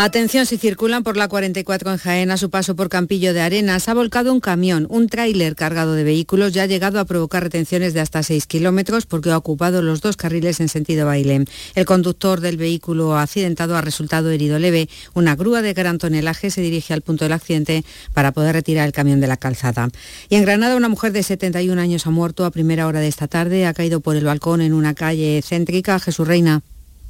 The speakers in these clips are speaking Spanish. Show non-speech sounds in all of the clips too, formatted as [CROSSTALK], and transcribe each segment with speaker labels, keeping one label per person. Speaker 1: Atención si circulan por la 44 en Jaén a su paso por Campillo de Arenas. Ha volcado un camión, un tráiler cargado de vehículos ya ha llegado a provocar retenciones de hasta 6 kilómetros porque ha ocupado los dos carriles en sentido baile. El conductor del vehículo accidentado ha resultado herido leve. Una grúa de gran tonelaje se dirige al punto del accidente para poder retirar el camión de la calzada. Y en Granada una mujer de 71 años ha muerto a primera hora de esta tarde. Ha caído por el balcón en una calle céntrica. Jesús Reina.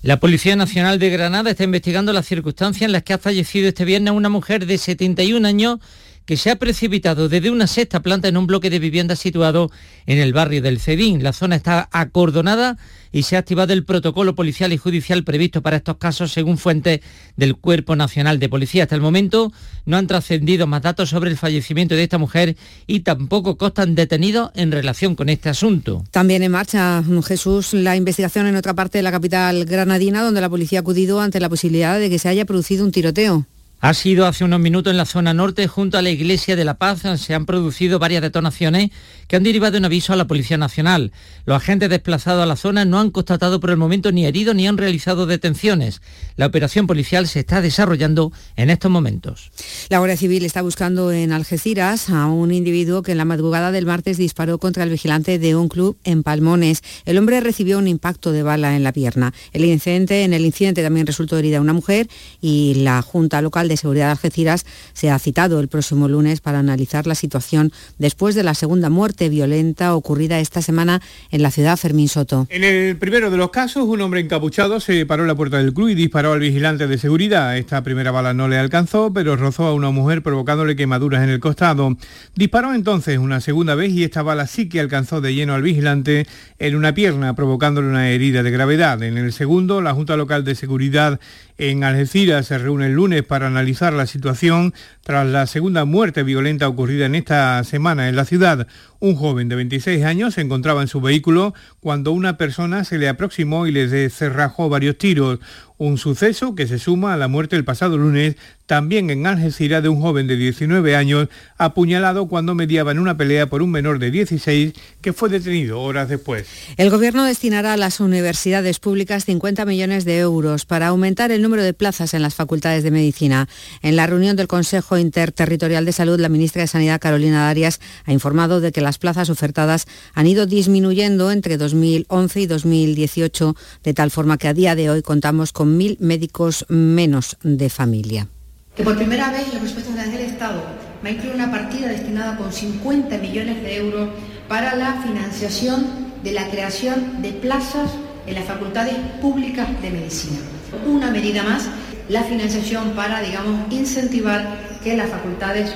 Speaker 2: La Policía Nacional de Granada está investigando las circunstancias en las que ha fallecido este viernes una mujer de 71 años que se ha precipitado desde una sexta planta en un bloque de viviendas situado en el barrio del Cedín. La zona está acordonada y se ha activado el protocolo policial y judicial previsto para estos casos según fuentes del Cuerpo Nacional de Policía. Hasta el momento no han trascendido más datos sobre el fallecimiento de esta mujer y tampoco constan detenidos en relación con este asunto.
Speaker 1: También en marcha, Jesús, la investigación en otra parte de la capital granadina donde la policía ha acudido ante la posibilidad de que se haya producido un tiroteo.
Speaker 2: Ha sido hace unos minutos en la zona norte, junto a la Iglesia de la Paz, se han producido varias detonaciones que han derivado un aviso a la Policía Nacional. Los agentes desplazados a la zona no han constatado por el momento ni heridos ni han realizado detenciones. La operación policial se está desarrollando en estos momentos.
Speaker 1: La Guardia Civil está buscando en Algeciras a un individuo que en la madrugada del martes disparó contra el vigilante de un club en Palmones. El hombre recibió un impacto de bala en la pierna. El incidente, en el incidente también resultó herida una mujer y la Junta Local de Seguridad de Algeciras se ha citado el próximo lunes para analizar la situación después de la segunda muerte violenta ocurrida esta semana en la ciudad Fermín Soto.
Speaker 3: En el primero de los casos, un hombre encapuchado se paró en la puerta del club y disparó al vigilante de seguridad. Esta primera bala no le alcanzó, pero rozó a una mujer provocándole quemaduras en el costado. Disparó entonces una segunda vez y esta bala sí que alcanzó de lleno al vigilante en una pierna, provocándole una herida de gravedad. En el segundo, la Junta Local de Seguridad en Algeciras se reúne el lunes para analizar la situación tras la segunda muerte violenta ocurrida en esta semana en la ciudad. Un joven de 26 años se encontraba en su vehículo cuando una persona se le aproximó y le cerrajó varios tiros. Un suceso que se suma a la muerte el pasado lunes también en Algeciras de un joven de 19 años apuñalado cuando mediaba en una pelea por un menor de 16 que fue detenido horas después.
Speaker 1: El gobierno destinará a las universidades públicas 50 millones de euros para aumentar el número de plazas en las facultades de medicina. En la reunión del Consejo Interterritorial de Salud, la ministra de Sanidad Carolina Darias ha informado de que las plazas ofertadas han ido disminuyendo entre 2011 y 2018, de tal forma que a día de hoy contamos con mil médicos menos de familia
Speaker 4: que por primera vez los presupuestos del Estado va a incluir una partida destinada con 50 millones de euros para la financiación de la creación de plazas en las facultades públicas de medicina. Una medida más, la financiación para, digamos, incentivar que las facultades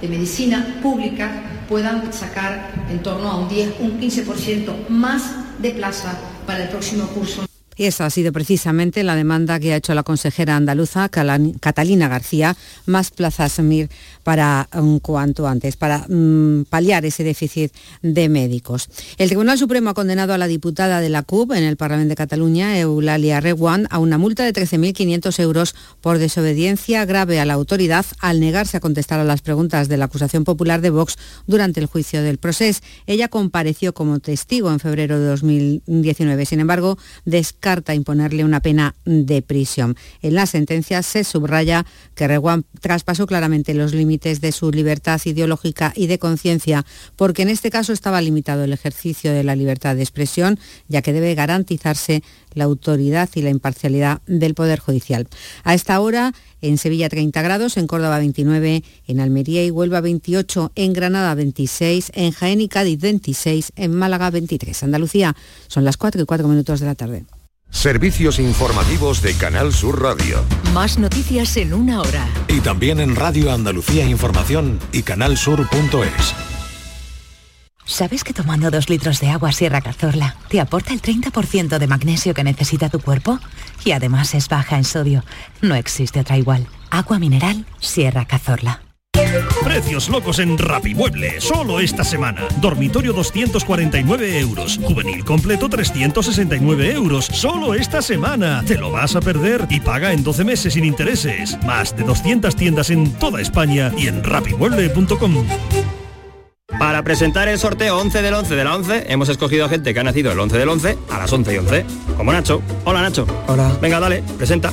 Speaker 4: de medicina públicas puedan sacar en torno a un 10, un 15% más de plazas para el próximo curso.
Speaker 1: Y esa ha sido precisamente la demanda que ha hecho la consejera andaluza Catalina García, más plazas MIR para um, cuanto antes, para um, paliar ese déficit de médicos. El Tribunal Supremo ha condenado a la diputada de la CUP en el Parlamento de Cataluña, Eulalia Reguán, a una multa de 13.500 euros por desobediencia grave a la autoridad al negarse a contestar a las preguntas de la acusación popular de Vox durante el juicio del proceso. Ella compareció como testigo en febrero de 2019. Sin embargo, descarga carta imponerle una pena de prisión. En la sentencia se subraya que Reguán traspasó claramente los límites de su libertad ideológica y de conciencia, porque en este caso estaba limitado el ejercicio de la libertad de expresión, ya que debe garantizarse la autoridad y la imparcialidad del Poder Judicial. A esta hora, en Sevilla 30 grados, en Córdoba 29, en Almería y Huelva 28, en Granada 26, en Jaén y Cádiz 26, en Málaga 23. Andalucía son las 4 y 4 minutos de la tarde.
Speaker 5: Servicios informativos de Canal Sur Radio.
Speaker 6: Más noticias en una hora.
Speaker 7: Y también en Radio Andalucía Información y canalsur.es.
Speaker 8: ¿Sabes que tomando dos litros de agua Sierra Cazorla te aporta el 30% de magnesio que necesita tu cuerpo? Y además es baja en sodio. No existe otra igual. Agua mineral Sierra Cazorla.
Speaker 9: Precios locos en Rapimueble, solo esta semana. Dormitorio 249 euros, juvenil completo 369 euros, solo esta semana. Te lo vas a perder y paga en 12 meses sin intereses. Más de 200 tiendas en toda España y en rapimueble.com. Para presentar el sorteo 11 del 11 de la 11, hemos escogido a gente que ha nacido el 11 del 11 a las 11 y 11, como Nacho. Hola, Nacho.
Speaker 10: Hola.
Speaker 9: Venga, dale, presenta.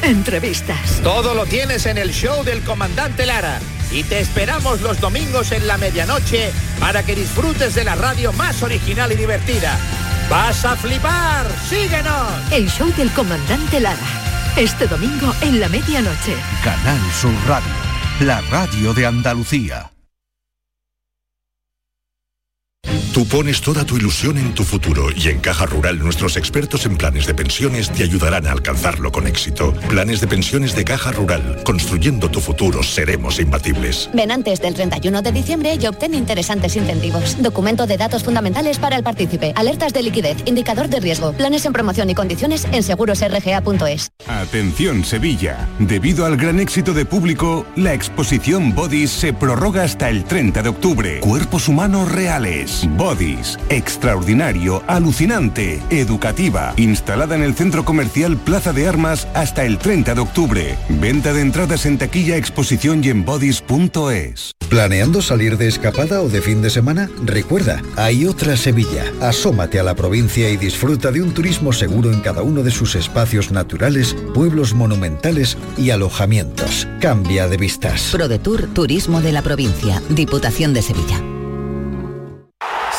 Speaker 11: entrevistas.
Speaker 12: Todo lo tienes en el show del comandante Lara. Y te esperamos los domingos en la medianoche para que disfrutes de la radio más original y divertida. ¡Vas a flipar! ¡Síguenos!
Speaker 11: El show del comandante Lara. Este domingo en la medianoche.
Speaker 13: Canal Sur Radio, la radio de Andalucía.
Speaker 14: Tú pones toda tu ilusión en tu futuro y en Caja Rural nuestros expertos en planes de pensiones te ayudarán a alcanzarlo con éxito. Planes de pensiones de Caja Rural. Construyendo tu futuro seremos imbatibles.
Speaker 8: Ven antes del 31 de diciembre y obtén interesantes incentivos. Documento de datos fundamentales para el partícipe. Alertas de liquidez. Indicador de riesgo. Planes en promoción y condiciones en segurosrga.es.
Speaker 5: Atención Sevilla. Debido al gran éxito de público, la exposición Bodies se prorroga hasta el 30 de octubre. Cuerpos humanos reales. Bodies, extraordinario, alucinante, educativa, instalada en el centro comercial Plaza de Armas hasta el 30 de octubre. Venta de entradas en taquilla, exposición y en bodies.es.
Speaker 15: ¿Planeando salir de escapada o de fin de semana? Recuerda, hay otra Sevilla. Asómate a la provincia y disfruta de un turismo seguro en cada uno de sus espacios naturales, pueblos monumentales y alojamientos. Cambia de vistas.
Speaker 16: ProDetour Turismo de la Provincia, Diputación de Sevilla.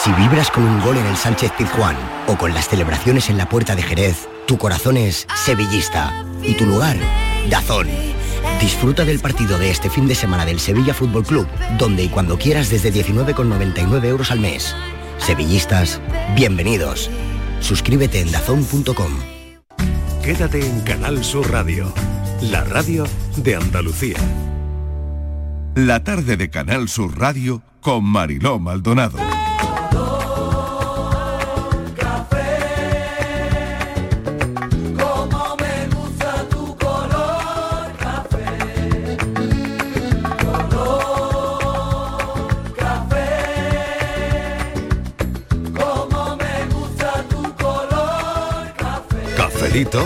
Speaker 17: Si vibras con un gol en el Sánchez Pizjuán o con las celebraciones en la puerta de Jerez, tu corazón es sevillista y tu lugar, Dazón. Disfruta del partido de este fin de semana del Sevilla Fútbol Club, donde y cuando quieras desde 19,99 euros al mes. Sevillistas, bienvenidos. Suscríbete en dazón.com.
Speaker 18: Quédate en Canal Sur Radio, la radio de Andalucía.
Speaker 13: La tarde de Canal Sur Radio con Mariló Maldonado.
Speaker 19: Como me gusta tu color café, color café. Como me gusta tu color café.
Speaker 18: Cafelito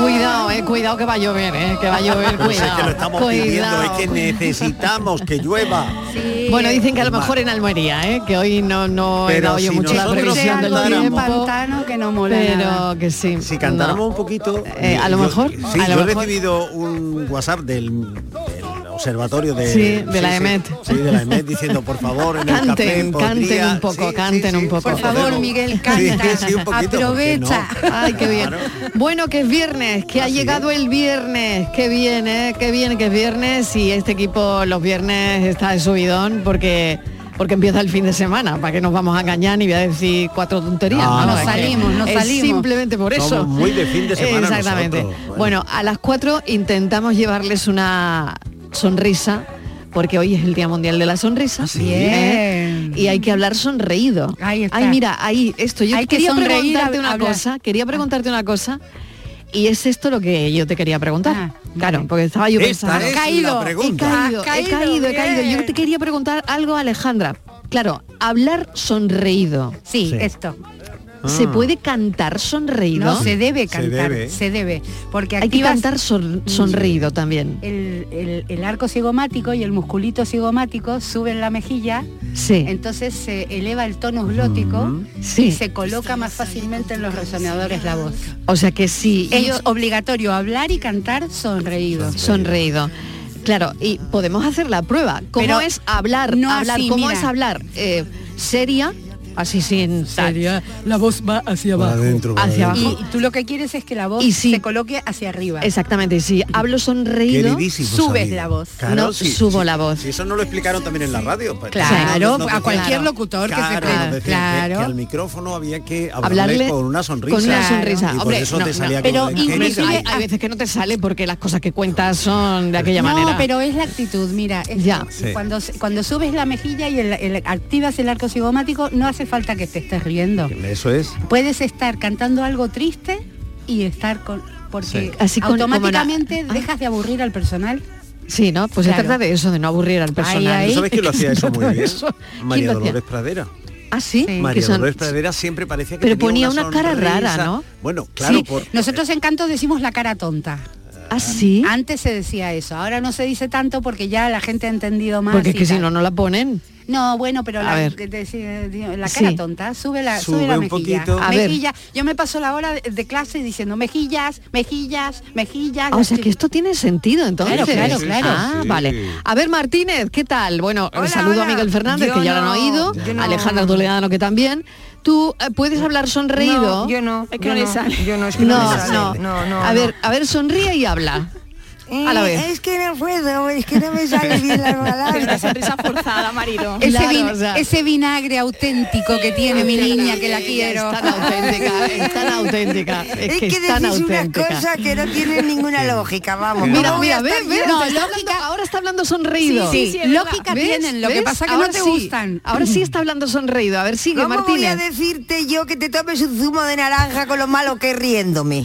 Speaker 20: Cuidado, eh, cuidado que va a llover, eh, que va a
Speaker 21: [LAUGHS]
Speaker 20: llover,
Speaker 21: Pues
Speaker 20: cuidado.
Speaker 21: es que lo estamos pidiendo, es que necesitamos que llueva.
Speaker 20: Bueno, dicen que a lo mejor en Almería, ¿eh? que hoy no, no he
Speaker 21: Pero
Speaker 20: dado yo
Speaker 21: si
Speaker 20: mucho la
Speaker 21: nosotros
Speaker 20: previsión del
Speaker 21: cantáramos-
Speaker 20: tiempo,
Speaker 4: pantano que no mola nada.
Speaker 20: pero que sí.
Speaker 21: Si cantáramos
Speaker 20: no.
Speaker 21: un poquito...
Speaker 20: Eh, a lo
Speaker 21: yo-
Speaker 20: mejor,
Speaker 21: sí,
Speaker 20: a lo
Speaker 21: yo he
Speaker 20: mejor.
Speaker 21: recibido un WhatsApp del, del observatorio de...
Speaker 20: Sí, de la EMET.
Speaker 21: Sí, de la EMET diciendo, por favor, en el café
Speaker 20: Canten, canten
Speaker 21: podría-
Speaker 20: un poco, canten un poco.
Speaker 21: Por favor, podemos.
Speaker 4: Miguel,
Speaker 21: canta. Sí, sí, un poquito, ¿por qué no? Ah,
Speaker 20: Aprovecha. Ay, qué bien. Bueno, que es viernes, que ha llegado el viernes. Qué bien, ¿eh? Qué bien que es viernes y este equipo los viernes está de subidón porque... Porque empieza el fin de semana, para que nos vamos a engañar y voy a decir cuatro tonterías.
Speaker 21: No,
Speaker 20: vamos,
Speaker 21: no
Speaker 20: es que
Speaker 21: salimos, no
Speaker 20: es
Speaker 21: salimos.
Speaker 20: Simplemente por eso.
Speaker 21: Somos muy de fin de semana
Speaker 20: Exactamente.
Speaker 21: nosotros.
Speaker 20: Bueno, a las cuatro intentamos llevarles una sonrisa, porque hoy es el Día Mundial de la Sonrisa.
Speaker 4: ¿Ah,
Speaker 20: ¿eh? Y hay que hablar sonreído. Ay, mira, ahí esto. Yo
Speaker 4: Hay que
Speaker 20: quería
Speaker 4: sonreír, Ah.
Speaker 20: preguntarte una
Speaker 4: hablar.
Speaker 20: cosa. Quería preguntarte una cosa. Y es esto lo que yo te quería preguntar. claro, porque estaba yo
Speaker 4: Esta
Speaker 20: pensando.
Speaker 4: es la Ah, Caído. pregunta.
Speaker 20: He caído,
Speaker 4: Has
Speaker 20: he
Speaker 4: caído,
Speaker 20: caído, he caído.
Speaker 4: bien.
Speaker 20: Yo te quería preguntar algo, Alejandra. Claro, hablar sonreído.
Speaker 4: Sí, esto.
Speaker 20: ¿Se
Speaker 4: Ah.
Speaker 20: puede cantar sonreído?
Speaker 4: No, se debe
Speaker 20: Se
Speaker 4: cantar, se
Speaker 20: debe.
Speaker 4: debe, porque
Speaker 20: Hay que
Speaker 4: activas
Speaker 20: cantar son- sonreído también.
Speaker 4: el, el- el arco cigomático y el musculito cigomático suben la mejilla,
Speaker 20: Sí.
Speaker 4: entonces se eleva el tono glótico y se coloca más fácilmente en los resonadores la voz.
Speaker 20: O sea que sí.
Speaker 4: Es obligatorio hablar y cantar sonreído.
Speaker 20: Sonreído. Claro, y podemos hacer la prueba. ¿Cómo
Speaker 4: Pero
Speaker 20: es hablar?
Speaker 4: no
Speaker 20: hablar
Speaker 4: así,
Speaker 20: ¿Cómo
Speaker 4: mira.
Speaker 20: es hablar? Eh, seria, Así sin...
Speaker 22: Sería, ¿eh? la voz va hacia abajo.
Speaker 20: Hacia abajo.
Speaker 4: Y tú lo que quieres es que la voz
Speaker 20: Y sí.
Speaker 4: se coloque hacia arriba.
Speaker 20: Exactamente, y si hablo sonreído,
Speaker 1: Queridísimos
Speaker 4: Subes
Speaker 1: amigos.
Speaker 4: la voz.
Speaker 1: Claro,
Speaker 20: no
Speaker 1: sí,
Speaker 20: subo
Speaker 1: sí.
Speaker 20: la voz.
Speaker 1: Si eso no lo explicaron también en la radio. pues, no,
Speaker 4: Claro,
Speaker 1: no,
Speaker 4: a
Speaker 1: no,
Speaker 4: cualquier
Speaker 1: claro.
Speaker 4: locutor que se
Speaker 1: Claro,
Speaker 4: pueda.
Speaker 1: nos decían que-
Speaker 4: Claro.
Speaker 1: que al micrófono había que hablarle,
Speaker 20: Hablarle
Speaker 1: con una sonrisa.
Speaker 20: Con una sonrisa.
Speaker 1: Y por
Speaker 20: Hombre,
Speaker 1: eso
Speaker 20: no,
Speaker 1: te
Speaker 20: no,
Speaker 1: salía con
Speaker 20: pero
Speaker 1: la
Speaker 20: inclusive
Speaker 1: angélica.
Speaker 20: hay, hay veces que no te sale porque las cosas que cuentas son de aquella
Speaker 4: no,
Speaker 20: manera.
Speaker 4: pero es la actitud, mira, es-
Speaker 20: Ya.
Speaker 4: Sí. cuando, cuando subes la mejilla y el- el- activas el arco cigomático, no hace falta que te estés riendo.
Speaker 1: Eso es.
Speaker 4: Puedes estar cantando algo triste y estar con porque
Speaker 20: Sí. Así con- como la-
Speaker 4: automáticamente dejas de aburrir al personal.
Speaker 20: Sí, ¿no? Pues
Speaker 4: Claro.
Speaker 20: se trata de eso, de no aburrir al personal.
Speaker 4: ahí.
Speaker 1: ¿Tú sabes quién lo hacía [LAUGHS] eso muy bien?
Speaker 20: Eso. ¿Quién
Speaker 1: María
Speaker 20: lo hacía?
Speaker 1: Dolores Pradera.
Speaker 20: Ah, sí.
Speaker 1: María
Speaker 20: que son-
Speaker 1: Dolores Pradera siempre parecía que
Speaker 20: Pero
Speaker 1: tenía
Speaker 20: ponía una cara
Speaker 1: sonrisa.
Speaker 20: rara, ¿no?
Speaker 1: Bueno, claro,
Speaker 4: Sí,
Speaker 1: por,
Speaker 4: Nosotros en canto decimos la cara tonta.
Speaker 20: ¿Ah, sí?
Speaker 4: Antes se decía eso, ahora no se dice tanto porque ya la gente ha entendido más.
Speaker 20: [LAUGHS] Porque
Speaker 4: y
Speaker 20: es que si
Speaker 4: tal.
Speaker 20: no, no la ponen.
Speaker 4: No, bueno, pero
Speaker 20: A
Speaker 4: la,
Speaker 20: ver.
Speaker 4: que te decía, digo, la cara
Speaker 20: Sí.
Speaker 4: tonta, sube la,
Speaker 20: Sube
Speaker 4: sube la
Speaker 20: un
Speaker 4: mejilla.
Speaker 20: poquito. A ver.
Speaker 4: Mejilla. Yo me paso la hora de, de clase diciendo mejillas, mejillas, mejillas.
Speaker 20: Ah, o sea que esto tiene sentido entonces.
Speaker 4: Claro, claro, claro.
Speaker 20: Ah,
Speaker 4: Sí.
Speaker 20: vale. A ver, Martínez, ¿qué tal? Bueno,
Speaker 4: Hola,
Speaker 20: saludo
Speaker 4: hola.
Speaker 20: a Miguel Fernández,
Speaker 4: Yo
Speaker 20: que ya lo han
Speaker 4: no,
Speaker 20: oído.
Speaker 4: yo no.
Speaker 20: Alejandra Toledano, que también. ¿Tú eh, puedes hablar sonreído?
Speaker 23: No, yo no,
Speaker 20: Es que
Speaker 23: yo
Speaker 20: no le
Speaker 23: no,
Speaker 20: sale.
Speaker 23: yo no, es que no
Speaker 20: no,
Speaker 23: me sale.
Speaker 20: no.
Speaker 23: No, no,
Speaker 20: A
Speaker 23: no.
Speaker 20: ver, a ver, sonríe y habla.
Speaker 23: Eh,
Speaker 20: A la vez.
Speaker 23: Es que no puedo, es que no me sale bien
Speaker 20: [LAUGHS]
Speaker 23: la palabra. Una sonrisa forzada, marido.
Speaker 4: Ese, vin- ese vinagre auténtico que tiene mi niña, que la quiero.
Speaker 20: Es tan auténtica,
Speaker 4: ¿eh?
Speaker 20: es tan auténtica. Es,
Speaker 23: [LAUGHS] Es
Speaker 20: que,
Speaker 23: que
Speaker 20: es tan
Speaker 23: decís una
Speaker 20: auténtica.
Speaker 23: cosa que no
Speaker 20: [LAUGHS]
Speaker 23: tiene ninguna lógica, vamos.
Speaker 20: Mira,
Speaker 23: ¿Cómo voy a
Speaker 20: mira, ve,
Speaker 23: estar
Speaker 20: ve,
Speaker 23: yo?
Speaker 20: no, está hablando- ahora está hablando sonreído.
Speaker 4: Sí, sí, Sí, es lógica verdad. tienen, lo que pasa que no te
Speaker 20: sí.
Speaker 4: gustan.
Speaker 20: Ahora
Speaker 4: [CLEARS THROAT]
Speaker 20: sí está hablando sonreído. A ver, sigue,
Speaker 23: ¿Cómo voy a
Speaker 20: Martínez.
Speaker 23: decirte yo que te tomes un zumo de naranja con lo malo que es
Speaker 20: [LAUGHS]
Speaker 23: riéndome?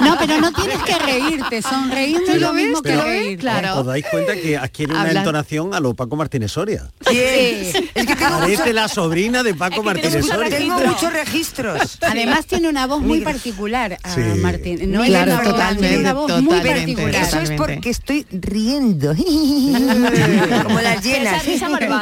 Speaker 4: No, pero no tienes que reírte, sonreír no es lo mismo que
Speaker 1: Pero
Speaker 4: reír.
Speaker 1: Os dais cuenta que adquiere una
Speaker 4: Hablan.
Speaker 1: entonación a lo Paco Martínez Soria.
Speaker 4: Sí.
Speaker 23: Es que tengo
Speaker 1: Parece la sobrina de Paco Martínez Soria.
Speaker 23: Tengo muchos registros.
Speaker 4: Además tiene una voz muy particular a
Speaker 1: Sí.
Speaker 4: Martín. No
Speaker 23: Claro,
Speaker 4: es una voz,
Speaker 23: totalmente,
Speaker 4: tiene una voz muy
Speaker 23: totalmente,
Speaker 4: particular.
Speaker 23: Eso es porque estoy riendo. [LAUGHS] Como las llenas.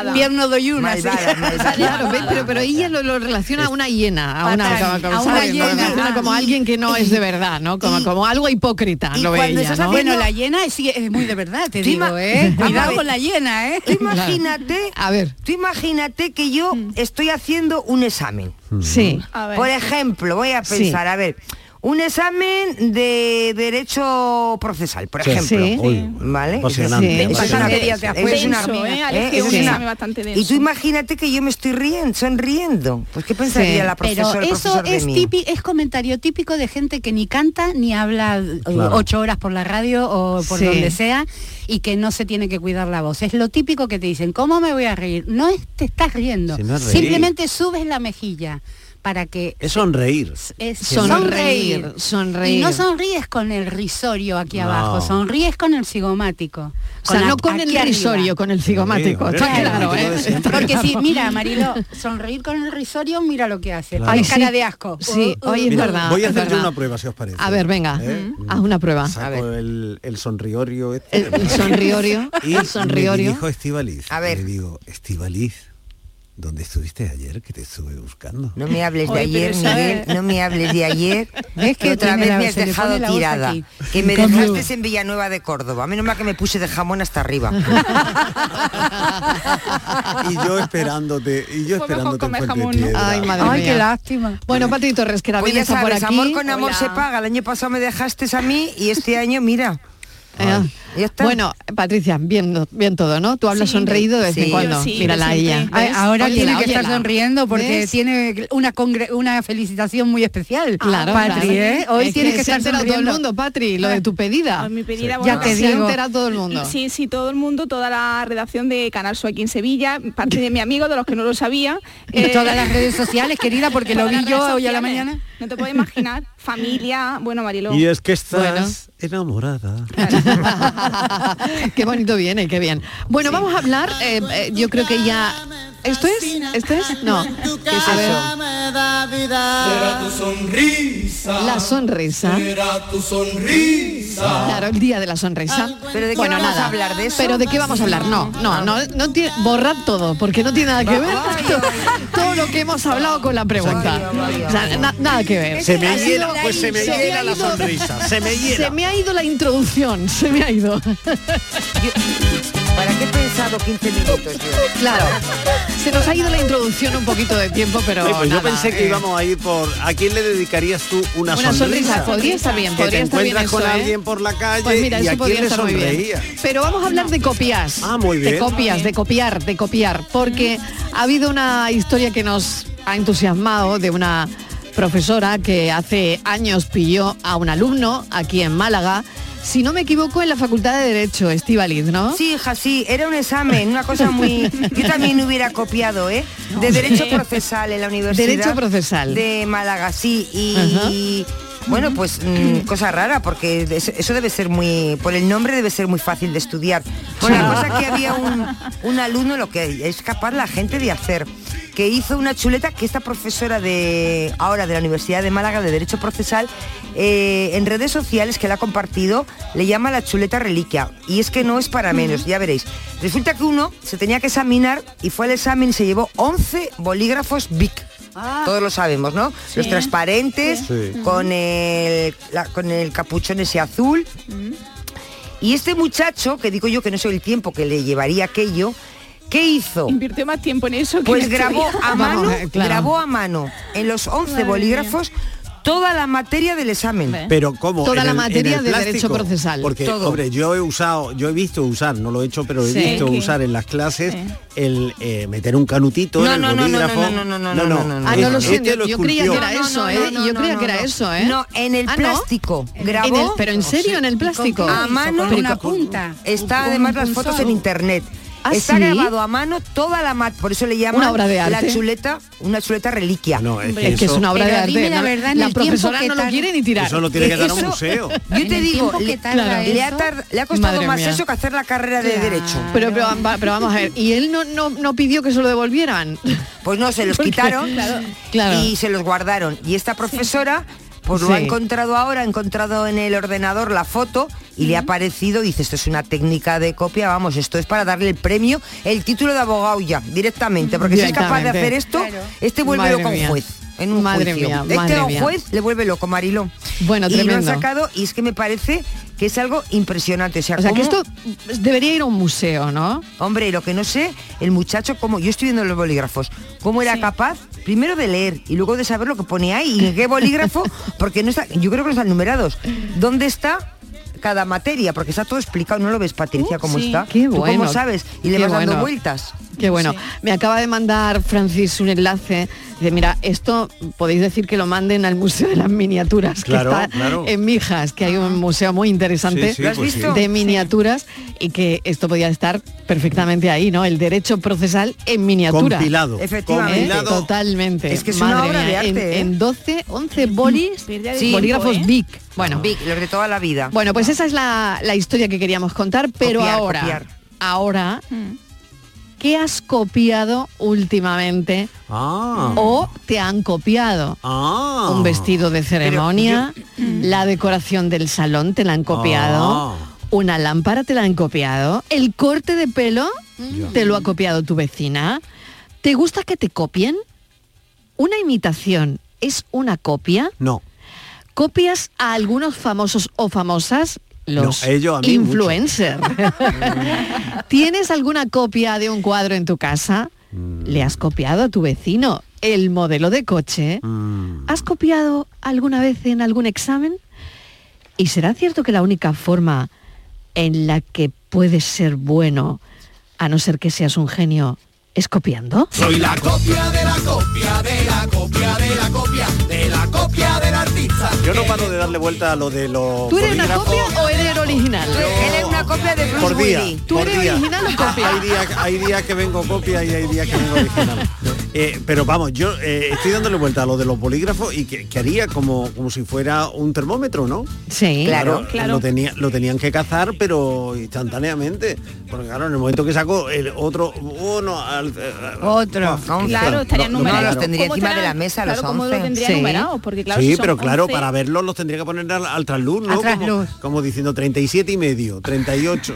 Speaker 4: [LAUGHS] Pierno de yuna. sí.
Speaker 23: Malvada, [LAUGHS] malvada.
Speaker 20: Claro, ve, pero, pero ella lo, lo relaciona a una hiena, a una,
Speaker 23: Fatal.
Speaker 20: como- como-
Speaker 23: A una
Speaker 20: ¿sabes? Lo
Speaker 23: hiena.
Speaker 20: relaciona como alguien que no es de verdad, ¿no? Como, como algo hipócrita,
Speaker 4: Y
Speaker 20: lo ve
Speaker 4: cuando
Speaker 20: ella,
Speaker 4: estás
Speaker 20: ¿no?
Speaker 4: haciendo- Bueno, la hiena es, es muy de verdad, te
Speaker 20: Tú ima-
Speaker 4: digo, ¿eh?
Speaker 20: Vamos a
Speaker 4: Cuidado
Speaker 23: ver.
Speaker 4: con la hiena, ¿eh?
Speaker 23: Tú imagínate,
Speaker 20: a ver.
Speaker 23: Tú imagínate que yo
Speaker 4: Mm.
Speaker 23: estoy haciendo un examen.
Speaker 20: Sí.
Speaker 23: A ver. Por ejemplo, voy a
Speaker 20: Sí.
Speaker 23: pensar, a ver, un examen de derecho procesal, por
Speaker 1: Sí.
Speaker 23: ejemplo.
Speaker 1: Sí. Uy,
Speaker 23: ¿Vale?
Speaker 1: apasionante,
Speaker 23: Eso es- eso es una-
Speaker 1: apasionante.
Speaker 23: eso es una
Speaker 24: Denso,
Speaker 23: hormiga,
Speaker 24: ¿eh? Ha
Speaker 23: ¿eh?
Speaker 24: elegido
Speaker 23: Eso
Speaker 24: un
Speaker 23: es una-
Speaker 24: examen bastante
Speaker 23: Y tú
Speaker 24: denso.
Speaker 23: imagínate que yo me estoy riendo, sonriendo. Pues qué pensaría la profesora
Speaker 4: pero
Speaker 23: el
Speaker 4: eso
Speaker 23: profesor de
Speaker 4: es
Speaker 23: mí?
Speaker 4: típi- es comentario típico de gente que ni canta ni habla eh,
Speaker 23: Claro.
Speaker 4: ocho horas por la radio o por
Speaker 23: Sí.
Speaker 4: donde sea y que no se tiene que cuidar la voz. Es lo típico que te dicen, ¿cómo me voy a reír? No es, te estás riendo.
Speaker 1: Si no es reír.
Speaker 4: Simplemente subes la mejilla para que
Speaker 1: Es sonreír.
Speaker 4: es
Speaker 1: Sí, no.
Speaker 4: sonreír.
Speaker 20: sonreír.
Speaker 4: Y no sonríes con el risorio aquí
Speaker 1: No.
Speaker 4: abajo, sonríes con el cigomático.
Speaker 20: O sea,
Speaker 4: la-
Speaker 20: no con el
Speaker 4: aquí arriba.
Speaker 20: risorio, con el cigomático.
Speaker 1: Sí,
Speaker 20: Está
Speaker 1: hombre,
Speaker 20: claro,
Speaker 1: el
Speaker 20: ¿eh?
Speaker 1: cigomático de siempre.
Speaker 4: Porque si, mira,
Speaker 20: [LAUGHS]
Speaker 4: Marilo, sonreír con el risorio, mira lo que hace.
Speaker 1: Claro.
Speaker 4: Ay,
Speaker 1: Sí.
Speaker 4: cara de asco.
Speaker 20: Sí,
Speaker 4: Uh, uh.
Speaker 20: oye, es
Speaker 1: Mira,
Speaker 20: verdad.
Speaker 1: Voy a
Speaker 20: es
Speaker 1: hacer yo
Speaker 20: verdad.
Speaker 1: una prueba, si os parece.
Speaker 20: A ver, venga,
Speaker 1: ¿Eh?
Speaker 20: haz una prueba.
Speaker 1: Saco el, el sonriorio este.
Speaker 20: El- el sonriorio,
Speaker 1: [LAUGHS] Y
Speaker 20: el sonriorio.
Speaker 1: me dijo Estivaliz. A ver. Le digo, Estivaliz, ¿dónde estuviste ayer que te estuve buscando?
Speaker 23: No me hables de Oye, pero ayer, esa- Miguel, no me hables de ayer.
Speaker 4: Es que
Speaker 23: que otra
Speaker 4: tiene
Speaker 23: vez
Speaker 4: la-
Speaker 23: me has
Speaker 4: se le pone
Speaker 23: dejado
Speaker 4: la voz
Speaker 23: tirada.
Speaker 4: aquí.
Speaker 23: Que me
Speaker 4: ¿Cómo?
Speaker 23: dejaste en Villanueva de Córdoba. Menos mal que me puse de jamón hasta arriba.
Speaker 1: Y yo esperándote, y yo esperándote en Fuentepiedra.
Speaker 20: Ay, madre mía.
Speaker 4: lástima.
Speaker 20: Bueno, Pati Torres, que la
Speaker 23: Pues
Speaker 20: vida
Speaker 23: ya
Speaker 20: está por
Speaker 23: sabes,
Speaker 20: aquí.
Speaker 23: amor con amor
Speaker 20: Hola.
Speaker 23: se paga. El año pasado me dejaste a mí y este año, mira.
Speaker 20: Bueno, Patricia, bien, bien todo, ¿no? Tú hablas
Speaker 23: Sí,
Speaker 20: sonreído de vez
Speaker 23: sí,
Speaker 20: en cuando.
Speaker 23: yo sí,
Speaker 20: Mírala
Speaker 23: yo
Speaker 20: a ella.
Speaker 4: Ay, ahora
Speaker 20: Óyela,
Speaker 4: tiene que estar
Speaker 20: óyela.
Speaker 4: sonriendo porque
Speaker 20: ¿Ves? Ah,
Speaker 4: tiene una, congre- una felicitación muy especial.
Speaker 20: Claro,
Speaker 4: Patri,
Speaker 20: claro.
Speaker 4: ¿eh? Hoy
Speaker 20: Es
Speaker 4: tienes que,
Speaker 20: se
Speaker 4: estar
Speaker 20: ha enterado
Speaker 4: sonriendo.
Speaker 20: todo el mundo, Patri, lo de tu pedida.
Speaker 24: mi pedida,
Speaker 20: Ya
Speaker 24: bueno,
Speaker 20: te
Speaker 24: se ha
Speaker 20: digo.
Speaker 24: enterado
Speaker 20: todo el mundo.
Speaker 24: Sí, sí, todo el mundo, toda la redacción de Canal Sur aquí en Sevilla, parte de mi amigo, de los que no lo sabía. eh,
Speaker 4: Y todas las redes sociales, querida, porque lo
Speaker 24: [LAUGHS] todas
Speaker 4: vi
Speaker 24: las
Speaker 4: yo
Speaker 24: redes
Speaker 4: hoy a la
Speaker 24: sociales.
Speaker 4: mañana.
Speaker 24: No te puedes imaginar, familia, bueno, Mariló.
Speaker 1: Y es que estás enamorada.
Speaker 20: [LAUGHS] qué bonito viene, qué bien. Bueno, vamos a hablar, eh, eh, yo creo que ya... ¿Esto es? ¿Esto es? No. ¿Qué es eso?
Speaker 12: Será tu sonrisa.
Speaker 20: La sonrisa.
Speaker 12: Será tu sonrisa.
Speaker 20: Claro, el día de la sonrisa.
Speaker 23: ¿Pero de qué
Speaker 20: Bueno,
Speaker 23: vamos
Speaker 20: nada.
Speaker 23: a hablar de eso? Ah.
Speaker 20: Pero de qué vamos a hablar? No, no, no, no tiene, borrad todo, porque no tiene nada que ver todo lo que hemos hablado con la pregunta. O sea, na- nada que ver.
Speaker 1: Se me
Speaker 20: Ha sido-
Speaker 1: hiela, pues se me
Speaker 20: ha
Speaker 1: hiela la
Speaker 20: ido-
Speaker 1: sonrisa, se me hiela.
Speaker 20: Se me ha ido la introducción, se me ha ido.
Speaker 23: ¿Para qué he pensado 15 minutos yo?
Speaker 20: Claro. [LAUGHS] Se nos ha ido la introducción un poquito de tiempo, pero
Speaker 21: Oye, pues yo
Speaker 20: nada,
Speaker 21: pensé que
Speaker 20: eh,
Speaker 21: íbamos a ir por ¿a quién le dedicarías tú una,
Speaker 20: Una sonrisa, podría estar bien,
Speaker 21: Que
Speaker 20: podría
Speaker 21: te
Speaker 20: estar bien
Speaker 21: encuentras
Speaker 20: eso,
Speaker 21: con
Speaker 20: ¿eh?
Speaker 21: alguien por la calle
Speaker 20: Pues mira,
Speaker 21: y
Speaker 20: eso
Speaker 21: a
Speaker 20: podría
Speaker 21: quién le
Speaker 20: estar muy bien.
Speaker 21: sonreías.
Speaker 20: Pero vamos a hablar de copias.
Speaker 21: Ah, muy
Speaker 20: De
Speaker 21: bien.
Speaker 20: copias, de copiar, de copiar. Porque ha habido una historia que nos ha entusiasmado de una profesora que hace años pilló a un alumno aquí en Málaga. Si no me equivoco, en la Facultad de Derecho, Estivaliz, ¿no?
Speaker 23: Sí, hija, sí, era un examen, una cosa muy... Yo también hubiera copiado, ¿eh? De Derecho
Speaker 20: Sí.
Speaker 23: Procesal en la Universidad
Speaker 20: Derecho Procesal.
Speaker 23: de Málaga, sí. Y, y, bueno, pues mm, cosa rara, porque es- eso debe ser muy... Por el nombre debe ser muy fácil de estudiar. Bueno, la cosa es que había un, un alumno, lo que es capaz la gente de hacer, que hizo una chuleta que esta profesora de ahora de la Universidad de Málaga de Derecho Procesal, eh, en redes sociales que la ha compartido, le llama la chuleta reliquia. Y es que no es para menos, ya veréis. Resulta que uno se tenía que examinar y fue al examen y se llevó 11 bolígrafos BIC. Todos lo sabemos, ¿no?
Speaker 9: Ah. Sí.
Speaker 23: Los transparentes,
Speaker 9: Sí.
Speaker 23: con, el, la- con el capuchón ese azul. Y este muchacho, que digo yo que no soy el tiempo que le llevaría aquello, ¿qué hizo?
Speaker 24: Invirtió más tiempo en eso que
Speaker 23: Pues
Speaker 24: en la
Speaker 23: grabó
Speaker 24: teoría.
Speaker 23: a mano,
Speaker 24: Vamos, eh, claro.
Speaker 23: grabó a mano en los 11
Speaker 20: Madre
Speaker 23: bolígrafos toda la materia del examen.
Speaker 21: Pero cómo
Speaker 20: Toda
Speaker 21: ¿En
Speaker 20: la
Speaker 21: el- en
Speaker 20: materia
Speaker 21: el
Speaker 20: de
Speaker 21: plástico?
Speaker 20: derecho procesal.
Speaker 21: Porque
Speaker 20: Todo.
Speaker 21: hombre, yo he usado, yo he visto usar, no lo he hecho, pero he
Speaker 20: Sí.
Speaker 21: visto
Speaker 20: ¿Qué?
Speaker 21: usar en las clases el eh, meter un canutito
Speaker 23: No,
Speaker 21: en el
Speaker 23: no, no, no,
Speaker 21: bolígrafo.
Speaker 23: no, no, no, no, no, no, no.
Speaker 20: Ah, no lo
Speaker 21: Este
Speaker 20: sé, yo, yo creía que
Speaker 21: esculpió.
Speaker 20: era eso, ¿eh? yo creía que era eso, ¿eh?
Speaker 23: No, en el
Speaker 20: Ah, ¿no?
Speaker 23: plástico.
Speaker 20: En el-
Speaker 23: Grabó.
Speaker 20: pero en serio, en el plástico. Ah,
Speaker 23: A mano,
Speaker 20: Pero
Speaker 23: una
Speaker 20: ¿cómo?
Speaker 23: punta. Está además las fotos en internet.
Speaker 20: ¿Ah,
Speaker 23: Está
Speaker 20: sí?
Speaker 23: grabado a mano toda la mat, por eso le llaman
Speaker 20: Una obra de
Speaker 23: la
Speaker 20: arte.
Speaker 23: chuleta, una chuleta reliquia.
Speaker 21: No, es
Speaker 20: Hombre, que es que eso- es una obra de arte,
Speaker 23: La,
Speaker 20: ¿no?
Speaker 23: verdad, en
Speaker 20: La
Speaker 23: el tiempo
Speaker 20: profesora
Speaker 23: que
Speaker 20: no lo
Speaker 23: tar-
Speaker 20: quiere ni tirar. Eso lo
Speaker 21: tiene que dar a un
Speaker 23: Eso-
Speaker 21: museo.
Speaker 23: Yo
Speaker 20: En
Speaker 23: te
Speaker 20: el
Speaker 23: digo,
Speaker 20: tiempo que
Speaker 23: le,
Speaker 20: tarda
Speaker 23: claro, le ha
Speaker 20: eso.
Speaker 23: tar- le ha costado
Speaker 20: Madre
Speaker 23: más
Speaker 20: mía.
Speaker 23: eso que hacer la carrera de derecho.
Speaker 20: Pero, pero, pero vamos a ver, ¿y él no, no, no pidió que se lo devolvieran?
Speaker 23: Pues no, se los
Speaker 20: [LAUGHS] Porque-
Speaker 23: quitaron
Speaker 20: Claro. Claro.
Speaker 23: y se los guardaron. Y esta profesora, pues lo ha
Speaker 20: Sí.
Speaker 23: encontrado ahora, ha encontrado en el ordenador la foto y le ha parecido, dice, esto es una técnica de copia, vamos, esto es para darle el premio, el título de abogado ya, directamente, porque si es capaz de
Speaker 20: Directamente.
Speaker 23: hacer esto,
Speaker 20: Claro.
Speaker 23: este vuelve
Speaker 20: Madre
Speaker 23: loco a un
Speaker 20: mía.
Speaker 23: juez. En un
Speaker 20: Madre
Speaker 23: juicio.
Speaker 20: mía,
Speaker 23: este
Speaker 20: madre
Speaker 23: a un
Speaker 20: mía.
Speaker 23: juez le vuelve loco, Mariló.
Speaker 20: Bueno,
Speaker 23: y lo han
Speaker 20: tremendo.
Speaker 23: sacado y es que me parece que es algo impresionante. O sea,
Speaker 20: O sea, que
Speaker 23: cómo-
Speaker 20: esto debería ir a un museo, ¿no?
Speaker 23: Hombre, lo que no sé, el muchacho, como yo estoy viendo los bolígrafos, cómo era capaz primero de leer y luego de saber lo que pone ahí y en qué
Speaker 20: [LAUGHS]
Speaker 23: bolígrafo, porque no está, yo creo que no están numerados. ¿Dónde está? cada materia porque está todo explicado no lo ves Patricia cómo
Speaker 20: Sí.
Speaker 23: está
Speaker 20: Qué
Speaker 23: ¿Tú
Speaker 20: bueno.
Speaker 23: cómo sabes y le
Speaker 20: Qué
Speaker 23: vas dando
Speaker 20: bueno.
Speaker 23: vueltas
Speaker 20: Qué bueno. Me acaba de mandar Francis un enlace. de mira, esto podéis decir que lo manden al Museo de las Miniaturas,
Speaker 21: Claro,
Speaker 20: que está
Speaker 21: claro.
Speaker 20: en Mijas, que hay un museo muy interesante
Speaker 21: Sí, sí, ¿Lo has pues visto? sí.
Speaker 20: de miniaturas y que esto podía estar perfectamente ahí, ¿no? El derecho procesal en miniatura.
Speaker 21: Compilado. Efectivamente.
Speaker 20: ¿Eh?
Speaker 21: Compilado.
Speaker 20: Totalmente.
Speaker 21: Es que es una
Speaker 20: Madre
Speaker 21: obra de
Speaker 20: mía, en-
Speaker 21: arte, ¿eh?
Speaker 20: En, 12, 11 bolis,
Speaker 23: Pérdida de
Speaker 20: sí,
Speaker 23: tiempo,
Speaker 20: bolígrafos
Speaker 23: ¿eh?
Speaker 20: Bic. Bueno,
Speaker 23: Vic, lo de toda la vida
Speaker 20: bueno, pues esa es la, la historia que queríamos contar, pero
Speaker 23: Copiar,
Speaker 20: ahora,
Speaker 23: copiar.
Speaker 20: ahora, ¿qué has copiado últimamente? O te han copiado
Speaker 21: Ah.
Speaker 20: un vestido de ceremonia, la decoración del salón te la han copiado,
Speaker 21: Ah.
Speaker 20: una lámpara te la han copiado, el corte de pelo te lo ha copiado tu vecina. ¿Te gusta que te copien? ¿Una imitación es una copia?
Speaker 21: No.
Speaker 20: copias a algunos famosos o famosas los
Speaker 21: No, ellos a mí [LAUGHS]
Speaker 20: influencers. ¿Tienes alguna copia de un cuadro en tu casa?
Speaker 21: Mm.
Speaker 20: ¿Le has copiado a tu vecino el modelo de coche?
Speaker 21: Mm.
Speaker 20: ¿Has copiado alguna vez en algún examen? ¿Y será cierto que la única forma en la que puedes ser bueno, a no ser que seas un genio, es copiando?
Speaker 12: Soy la copia de la copia de la copia de la copia de la copia del artista.
Speaker 21: Yo no paro de darle vuelta a lo de los
Speaker 20: ¿Tú eres una
Speaker 21: bolígrafos.
Speaker 20: copia o eres original?
Speaker 23: él es una copia de Bruce
Speaker 21: Por día,
Speaker 23: Willis.
Speaker 20: ¿Tú
Speaker 21: por
Speaker 20: eres
Speaker 21: día.
Speaker 20: original o copia?
Speaker 21: Hay días hay días que vengo copia y hay días que vengo original. Eh, pero vamos, yo eh, estoy dándole vuelta a lo de los bolígrafos y que, que haría como, como si fuera un termómetro, ¿no?
Speaker 20: Sí,
Speaker 21: Lo, tenía, lo tenían que cazar, pero instantáneamente. Porque claro, en el momento que sacó el otro, uno al- eh,
Speaker 23: Otro.
Speaker 24: Claro, estarían
Speaker 21: No, no,
Speaker 24: numerados.
Speaker 21: los tendría
Speaker 24: ¿Cómo
Speaker 23: encima de
Speaker 24: estarán?
Speaker 23: la mesa, los
Speaker 24: Claro, ¿cómo lo
Speaker 23: 11?
Speaker 24: tendría
Speaker 21: Sí.
Speaker 24: numerado? Porque claro,
Speaker 21: sí,
Speaker 24: si son
Speaker 21: pero claro,
Speaker 24: 11,
Speaker 21: para verlos los tendría que poner al, al trasluz, ¿no?
Speaker 24: Al trasluz.
Speaker 21: Como, como diciendo 37 y medio, 38.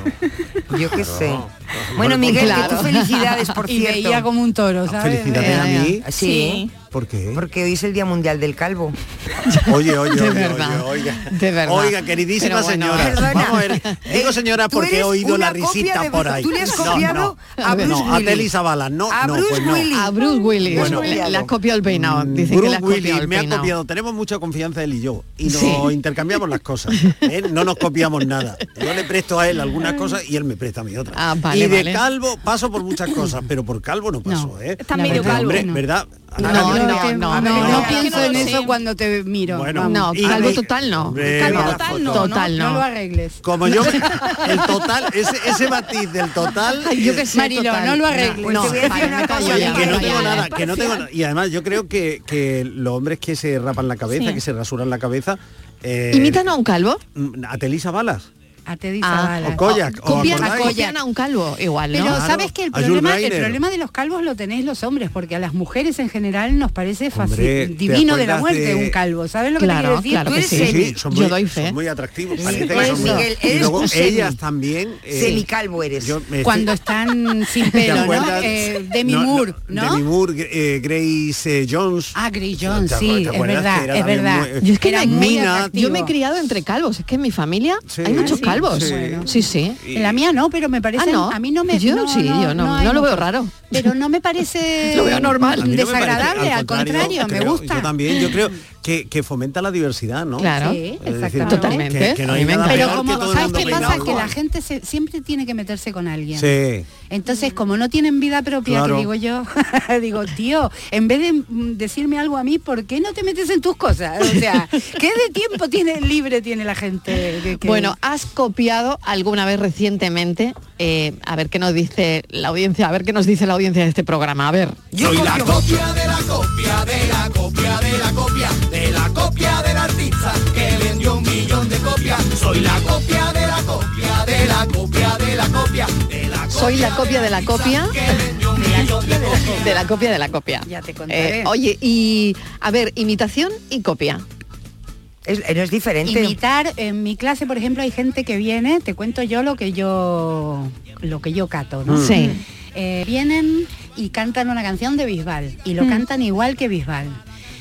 Speaker 23: Yo qué sé.
Speaker 21: Bueno,
Speaker 4: [LAUGHS]
Speaker 20: [LAUGHS]
Speaker 23: bueno Miguel que tú felicidades por
Speaker 9: y
Speaker 23: cierto
Speaker 20: Eh,
Speaker 9: veía como un toro, ¿sabes?
Speaker 21: Felicidades a Ah, mí.
Speaker 23: Sí.
Speaker 1: ¿Por qué?
Speaker 23: Porque hoy es el Día Mundial del Calvo.
Speaker 21: [LAUGHS] Oye, oye,
Speaker 20: De
Speaker 21: oye,
Speaker 20: verdad.
Speaker 21: oye, oiga.
Speaker 20: De verdad.
Speaker 21: Oiga, queridísima
Speaker 20: Pero bueno,
Speaker 21: señora.
Speaker 20: perdona.
Speaker 21: Vamos a ver. Digo señora
Speaker 23: tú
Speaker 21: porque he
Speaker 23: eres
Speaker 21: oído la
Speaker 23: una copia
Speaker 21: risita
Speaker 23: de-
Speaker 21: por ahí.
Speaker 23: tú le has
Speaker 21: No,
Speaker 23: copiado
Speaker 21: no,
Speaker 23: a Bruce
Speaker 21: No, a
Speaker 23: Willis.
Speaker 21: Telly Zavala. No,
Speaker 23: A
Speaker 21: no,
Speaker 23: Bruce
Speaker 21: pues no.
Speaker 20: A Bruce Willis.
Speaker 21: Bueno. Mm,
Speaker 20: Le- le has copiado el peinado. Dice que le
Speaker 21: Bruce
Speaker 20: has copiado
Speaker 21: Willis
Speaker 20: el
Speaker 21: me ha
Speaker 20: peinado.
Speaker 21: copiado, tenemos mucha confianza él y yo, y nos
Speaker 20: Sí.
Speaker 21: intercambiamos las cosas, ¿eh? no nos copiamos nada. Yo le presto a él algunas cosas y él me presta a mí otras.
Speaker 20: Ah, vale,
Speaker 21: y de
Speaker 20: vale.
Speaker 21: calvo paso por muchas cosas, pero por calvo no paso. ¿eh?
Speaker 20: Está medio
Speaker 21: Porque,
Speaker 20: calvo,
Speaker 21: hombre,
Speaker 20: no.
Speaker 21: ¿verdad?
Speaker 20: No,
Speaker 21: Ahora que-
Speaker 20: no, no, no,
Speaker 4: No,
Speaker 20: no
Speaker 4: pienso
Speaker 20: pienso
Speaker 4: en
Speaker 20: en
Speaker 4: eso cuando te miro.
Speaker 21: Bueno,
Speaker 20: No,
Speaker 21: y-
Speaker 20: calvo
Speaker 21: y-
Speaker 20: total no.
Speaker 21: Hombre,
Speaker 20: Calvo
Speaker 21: la
Speaker 20: total
Speaker 21: foto.
Speaker 20: no. Total
Speaker 4: No lo
Speaker 20: no.
Speaker 4: arregles.
Speaker 21: Como yo, el total, ese, ese matiz del total.
Speaker 20: [LAUGHS] Ay, yo qué sé,
Speaker 4: Mariló,
Speaker 20: total.
Speaker 4: no lo arregles.
Speaker 20: No, pues
Speaker 4: Te voy a decir
Speaker 20: vale,
Speaker 4: una
Speaker 20: me
Speaker 4: cosa,
Speaker 20: callo ya,
Speaker 21: que no
Speaker 20: me
Speaker 21: tengo
Speaker 20: callo ya.
Speaker 21: nada, que no tengo nada. Y además yo creo que, que los hombres que se rapan la cabeza,
Speaker 20: Sí.
Speaker 21: que se rasuran la cabeza, eh,
Speaker 20: ¿Imitan a un calvo?
Speaker 21: mm, a Telisa Balas.
Speaker 4: A Teddy
Speaker 20: Ah.
Speaker 4: Zavala.
Speaker 21: O Koyak, o
Speaker 20: Copian,
Speaker 21: acordáis.
Speaker 20: copian a un calvo, igual, ¿no?
Speaker 4: Pero sabes que el
Speaker 21: a Jules
Speaker 4: problema, el
Speaker 21: Breiner.
Speaker 4: problema de los calvos lo tenéis los hombres, porque a las mujeres en general nos parece fácil,
Speaker 21: Hombre, ¿te
Speaker 4: divino de la
Speaker 21: acuerdas
Speaker 4: muerte
Speaker 21: de-
Speaker 4: un calvo. ¿Sabes lo que
Speaker 20: Claro,
Speaker 4: te quiero
Speaker 20: claro que
Speaker 4: decir?
Speaker 20: sí.
Speaker 21: Sí, son muy,
Speaker 20: Yo doy fe.
Speaker 21: son muy atractivos.
Speaker 4: Sí,
Speaker 21: parece que
Speaker 4: pues,
Speaker 21: son muy-
Speaker 4: Miguel,
Speaker 21: y
Speaker 4: eres
Speaker 21: luego
Speaker 4: un semi.
Speaker 21: ellas también. eh,
Speaker 23: Semicalvo eres.
Speaker 21: yo me estoy-
Speaker 4: Cuando
Speaker 21: [LAUGHS]
Speaker 4: están sin pelo, ¿no?
Speaker 21: este, acuerdas?
Speaker 4: Eh, Demi Moore, ¿no?
Speaker 21: Demi Moore, eh, Grace eh, Jones.
Speaker 4: Ah, Grace
Speaker 21: ¿Te
Speaker 4: Jones,
Speaker 21: acuerdas?
Speaker 4: sí,
Speaker 21: ¿Te
Speaker 4: es
Speaker 21: acuerdas
Speaker 4: verdad,
Speaker 21: que era
Speaker 4: es
Speaker 21: también
Speaker 4: verdad.
Speaker 21: muy-
Speaker 20: Yo es que
Speaker 4: Era
Speaker 20: me,
Speaker 4: muy
Speaker 21: Mina,
Speaker 4: atractivo. Ah,
Speaker 20: yo me he criado entre calvos, es que en mi familia
Speaker 21: Sí,
Speaker 20: hay muchos
Speaker 4: sí,
Speaker 20: calvos.
Speaker 4: sí.
Speaker 20: Sí,
Speaker 4: Bueno.
Speaker 20: sí.
Speaker 4: En Eh, la mía no, pero me parece.
Speaker 20: Ah, ¿no?
Speaker 4: A mí no me.
Speaker 20: Yo sí, yo no-
Speaker 4: hay
Speaker 20: no lo veo
Speaker 4: mucho.
Speaker 20: raro.
Speaker 4: Pero no me parece.
Speaker 20: [LAUGHS] Lo veo normal.
Speaker 21: A mí no me
Speaker 4: Desagradable,
Speaker 21: parece-
Speaker 4: al contrario, me
Speaker 21: creo-
Speaker 4: gusta.
Speaker 21: Yo también, yo creo que, que fomenta la diversidad, ¿no?
Speaker 20: Claro. Sí,
Speaker 21: Es decir,
Speaker 4: exactamente.
Speaker 21: que- Que, no hay
Speaker 20: Totalmente.
Speaker 21: nada
Speaker 4: Pero
Speaker 21: peor que todo
Speaker 4: como,
Speaker 21: el
Speaker 4: ¿sabes
Speaker 21: mundo
Speaker 4: qué pasa?
Speaker 21: peinado
Speaker 4: Que la
Speaker 21: igual.
Speaker 4: gente se- siempre tiene que meterse con alguien.
Speaker 21: Sí.
Speaker 4: Entonces, como no tienen vida propia,
Speaker 21: Claro.
Speaker 4: que digo yo, [LAUGHS] digo, tío, en vez de mm, decirme algo a mí, ¿por qué no te metes en tus cosas? O sea, [LAUGHS] ¿qué de tiempo tiene libre tiene la gente? que- que-
Speaker 20: Bueno, ¿has copiado alguna vez recientemente? Eh, a ver qué nos dice la audiencia, a ver qué nos dice la audiencia de este programa. A ver.
Speaker 12: Soy la copia de la copia de la copia de la copia de la copia del artista que vendió un millón de copias. Soy la copia de la copia de la copia de la copia de la
Speaker 20: Soy la copia de la copia. De la copia de la copia.
Speaker 4: Ya te
Speaker 20: Eh,
Speaker 4: contaré.
Speaker 20: oye, y a ver, imitación y copia.
Speaker 23: Es, no es diferente.
Speaker 4: imitar en mi clase por ejemplo hay gente que viene te cuento yo lo que yo lo que yo cato ¿no?
Speaker 20: Mm. Sí.
Speaker 4: Eh, vienen y cantan una canción de Bisbal y lo
Speaker 20: Mm.
Speaker 4: cantan igual que Bisbal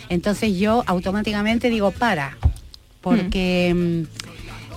Speaker 4: entonces yo automáticamente digo para porque mm,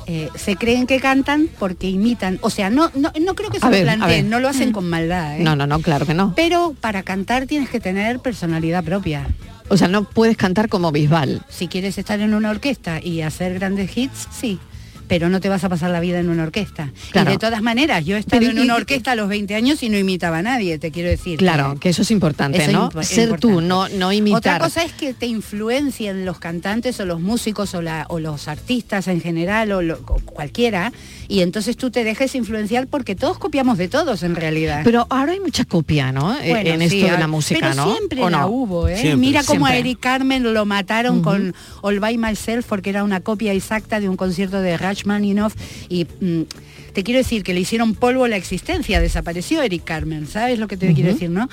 Speaker 4: eh, se creen que cantan porque imitan o sea no no, no creo que se
Speaker 20: A
Speaker 4: lo
Speaker 20: ver, a
Speaker 4: planteen
Speaker 20: ver. Mm.
Speaker 4: no lo hacen con maldad ¿eh?
Speaker 20: No, no, no, claro que no.
Speaker 4: pero para cantar tienes que tener personalidad propia
Speaker 20: O sea, no puedes cantar como Bisbal.
Speaker 4: si quieres estar en una orquesta y hacer grandes hits, sí. Pero no te vas a pasar la vida en una orquesta.
Speaker 20: Claro.
Speaker 4: Y de todas maneras, yo he estado
Speaker 20: Pero
Speaker 4: en
Speaker 20: y-
Speaker 4: una
Speaker 20: y-
Speaker 4: orquesta a los 20 años y no imitaba a nadie, te quiero decir.
Speaker 20: Claro, que eso es importante,
Speaker 4: Eso es
Speaker 20: ¿no?
Speaker 4: impo-
Speaker 20: Ser tú,
Speaker 4: importante.
Speaker 20: no, no imitar.
Speaker 4: Otra cosa es que te influencien los cantantes o los músicos o, la- o los artistas en general o, lo- o cualquiera y entonces tú te dejes influenciar porque todos copiamos de todos en realidad.
Speaker 20: Pero ahora hay mucha copia, ¿no? E-
Speaker 4: Bueno,
Speaker 20: en
Speaker 4: sí,
Speaker 20: esto de la
Speaker 4: hay-
Speaker 20: música,
Speaker 4: pero
Speaker 20: ¿no?
Speaker 4: Siempre
Speaker 20: ¿O no?
Speaker 4: la hubo, ¿eh?
Speaker 20: Siempre.
Speaker 4: Mira cómo a
Speaker 20: Siempre.
Speaker 4: Eric Carmen lo mataron con All By Myself porque era una copia exacta de un concierto de Rachmaninoff y mm, te quiero decir que le hicieron polvo la existencia, desapareció Eric Carmen, ¿sabes lo que te quiero decir, no?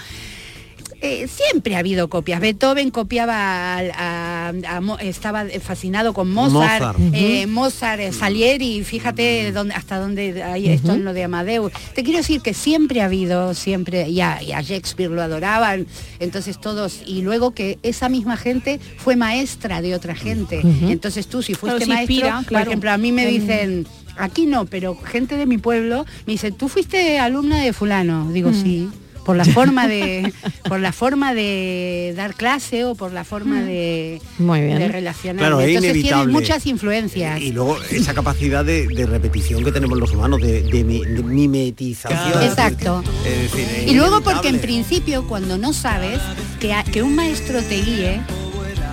Speaker 4: Eh, siempre ha habido copias. Beethoven copiaba, al- a- a Mo- estaba fascinado con Mozart.
Speaker 9: Mozart.
Speaker 4: eh, Mozart, eh, Salieri, fíjate dónde- hasta dónde hay esto en lo de Amadeus. Te quiero decir que siempre ha habido, siempre, y a, y a Shakespeare lo adoraban, entonces todos, y luego que esa misma gente fue maestra de otra gente.
Speaker 9: Ujú.
Speaker 4: Entonces tú, si
Speaker 24: Claro,
Speaker 4: fuiste
Speaker 24: se
Speaker 4: maestro,
Speaker 24: inspira,
Speaker 4: por
Speaker 24: claro.
Speaker 4: ejemplo, a mí me
Speaker 24: En-
Speaker 4: dicen... Aquí no, pero gente de mi pueblo me dice, tú fuiste alumna de fulano. Digo,
Speaker 24: Mm.
Speaker 4: sí, por la forma de por la forma de dar clase o por la
Speaker 24: Mm.
Speaker 4: forma de,
Speaker 20: Muy bien.
Speaker 4: de relacionar.
Speaker 21: Claro, es
Speaker 4: Entonces
Speaker 21: inevitable.
Speaker 4: tienes muchas influencias.
Speaker 21: Y luego esa capacidad de, de repetición que tenemos los humanos, de, de mi- de mimetización.
Speaker 4: Exacto.
Speaker 21: Es decir, eh, es
Speaker 4: Y luego
Speaker 21: inevitable.
Speaker 4: porque en principio cuando no sabes que, a- que un maestro te guíe,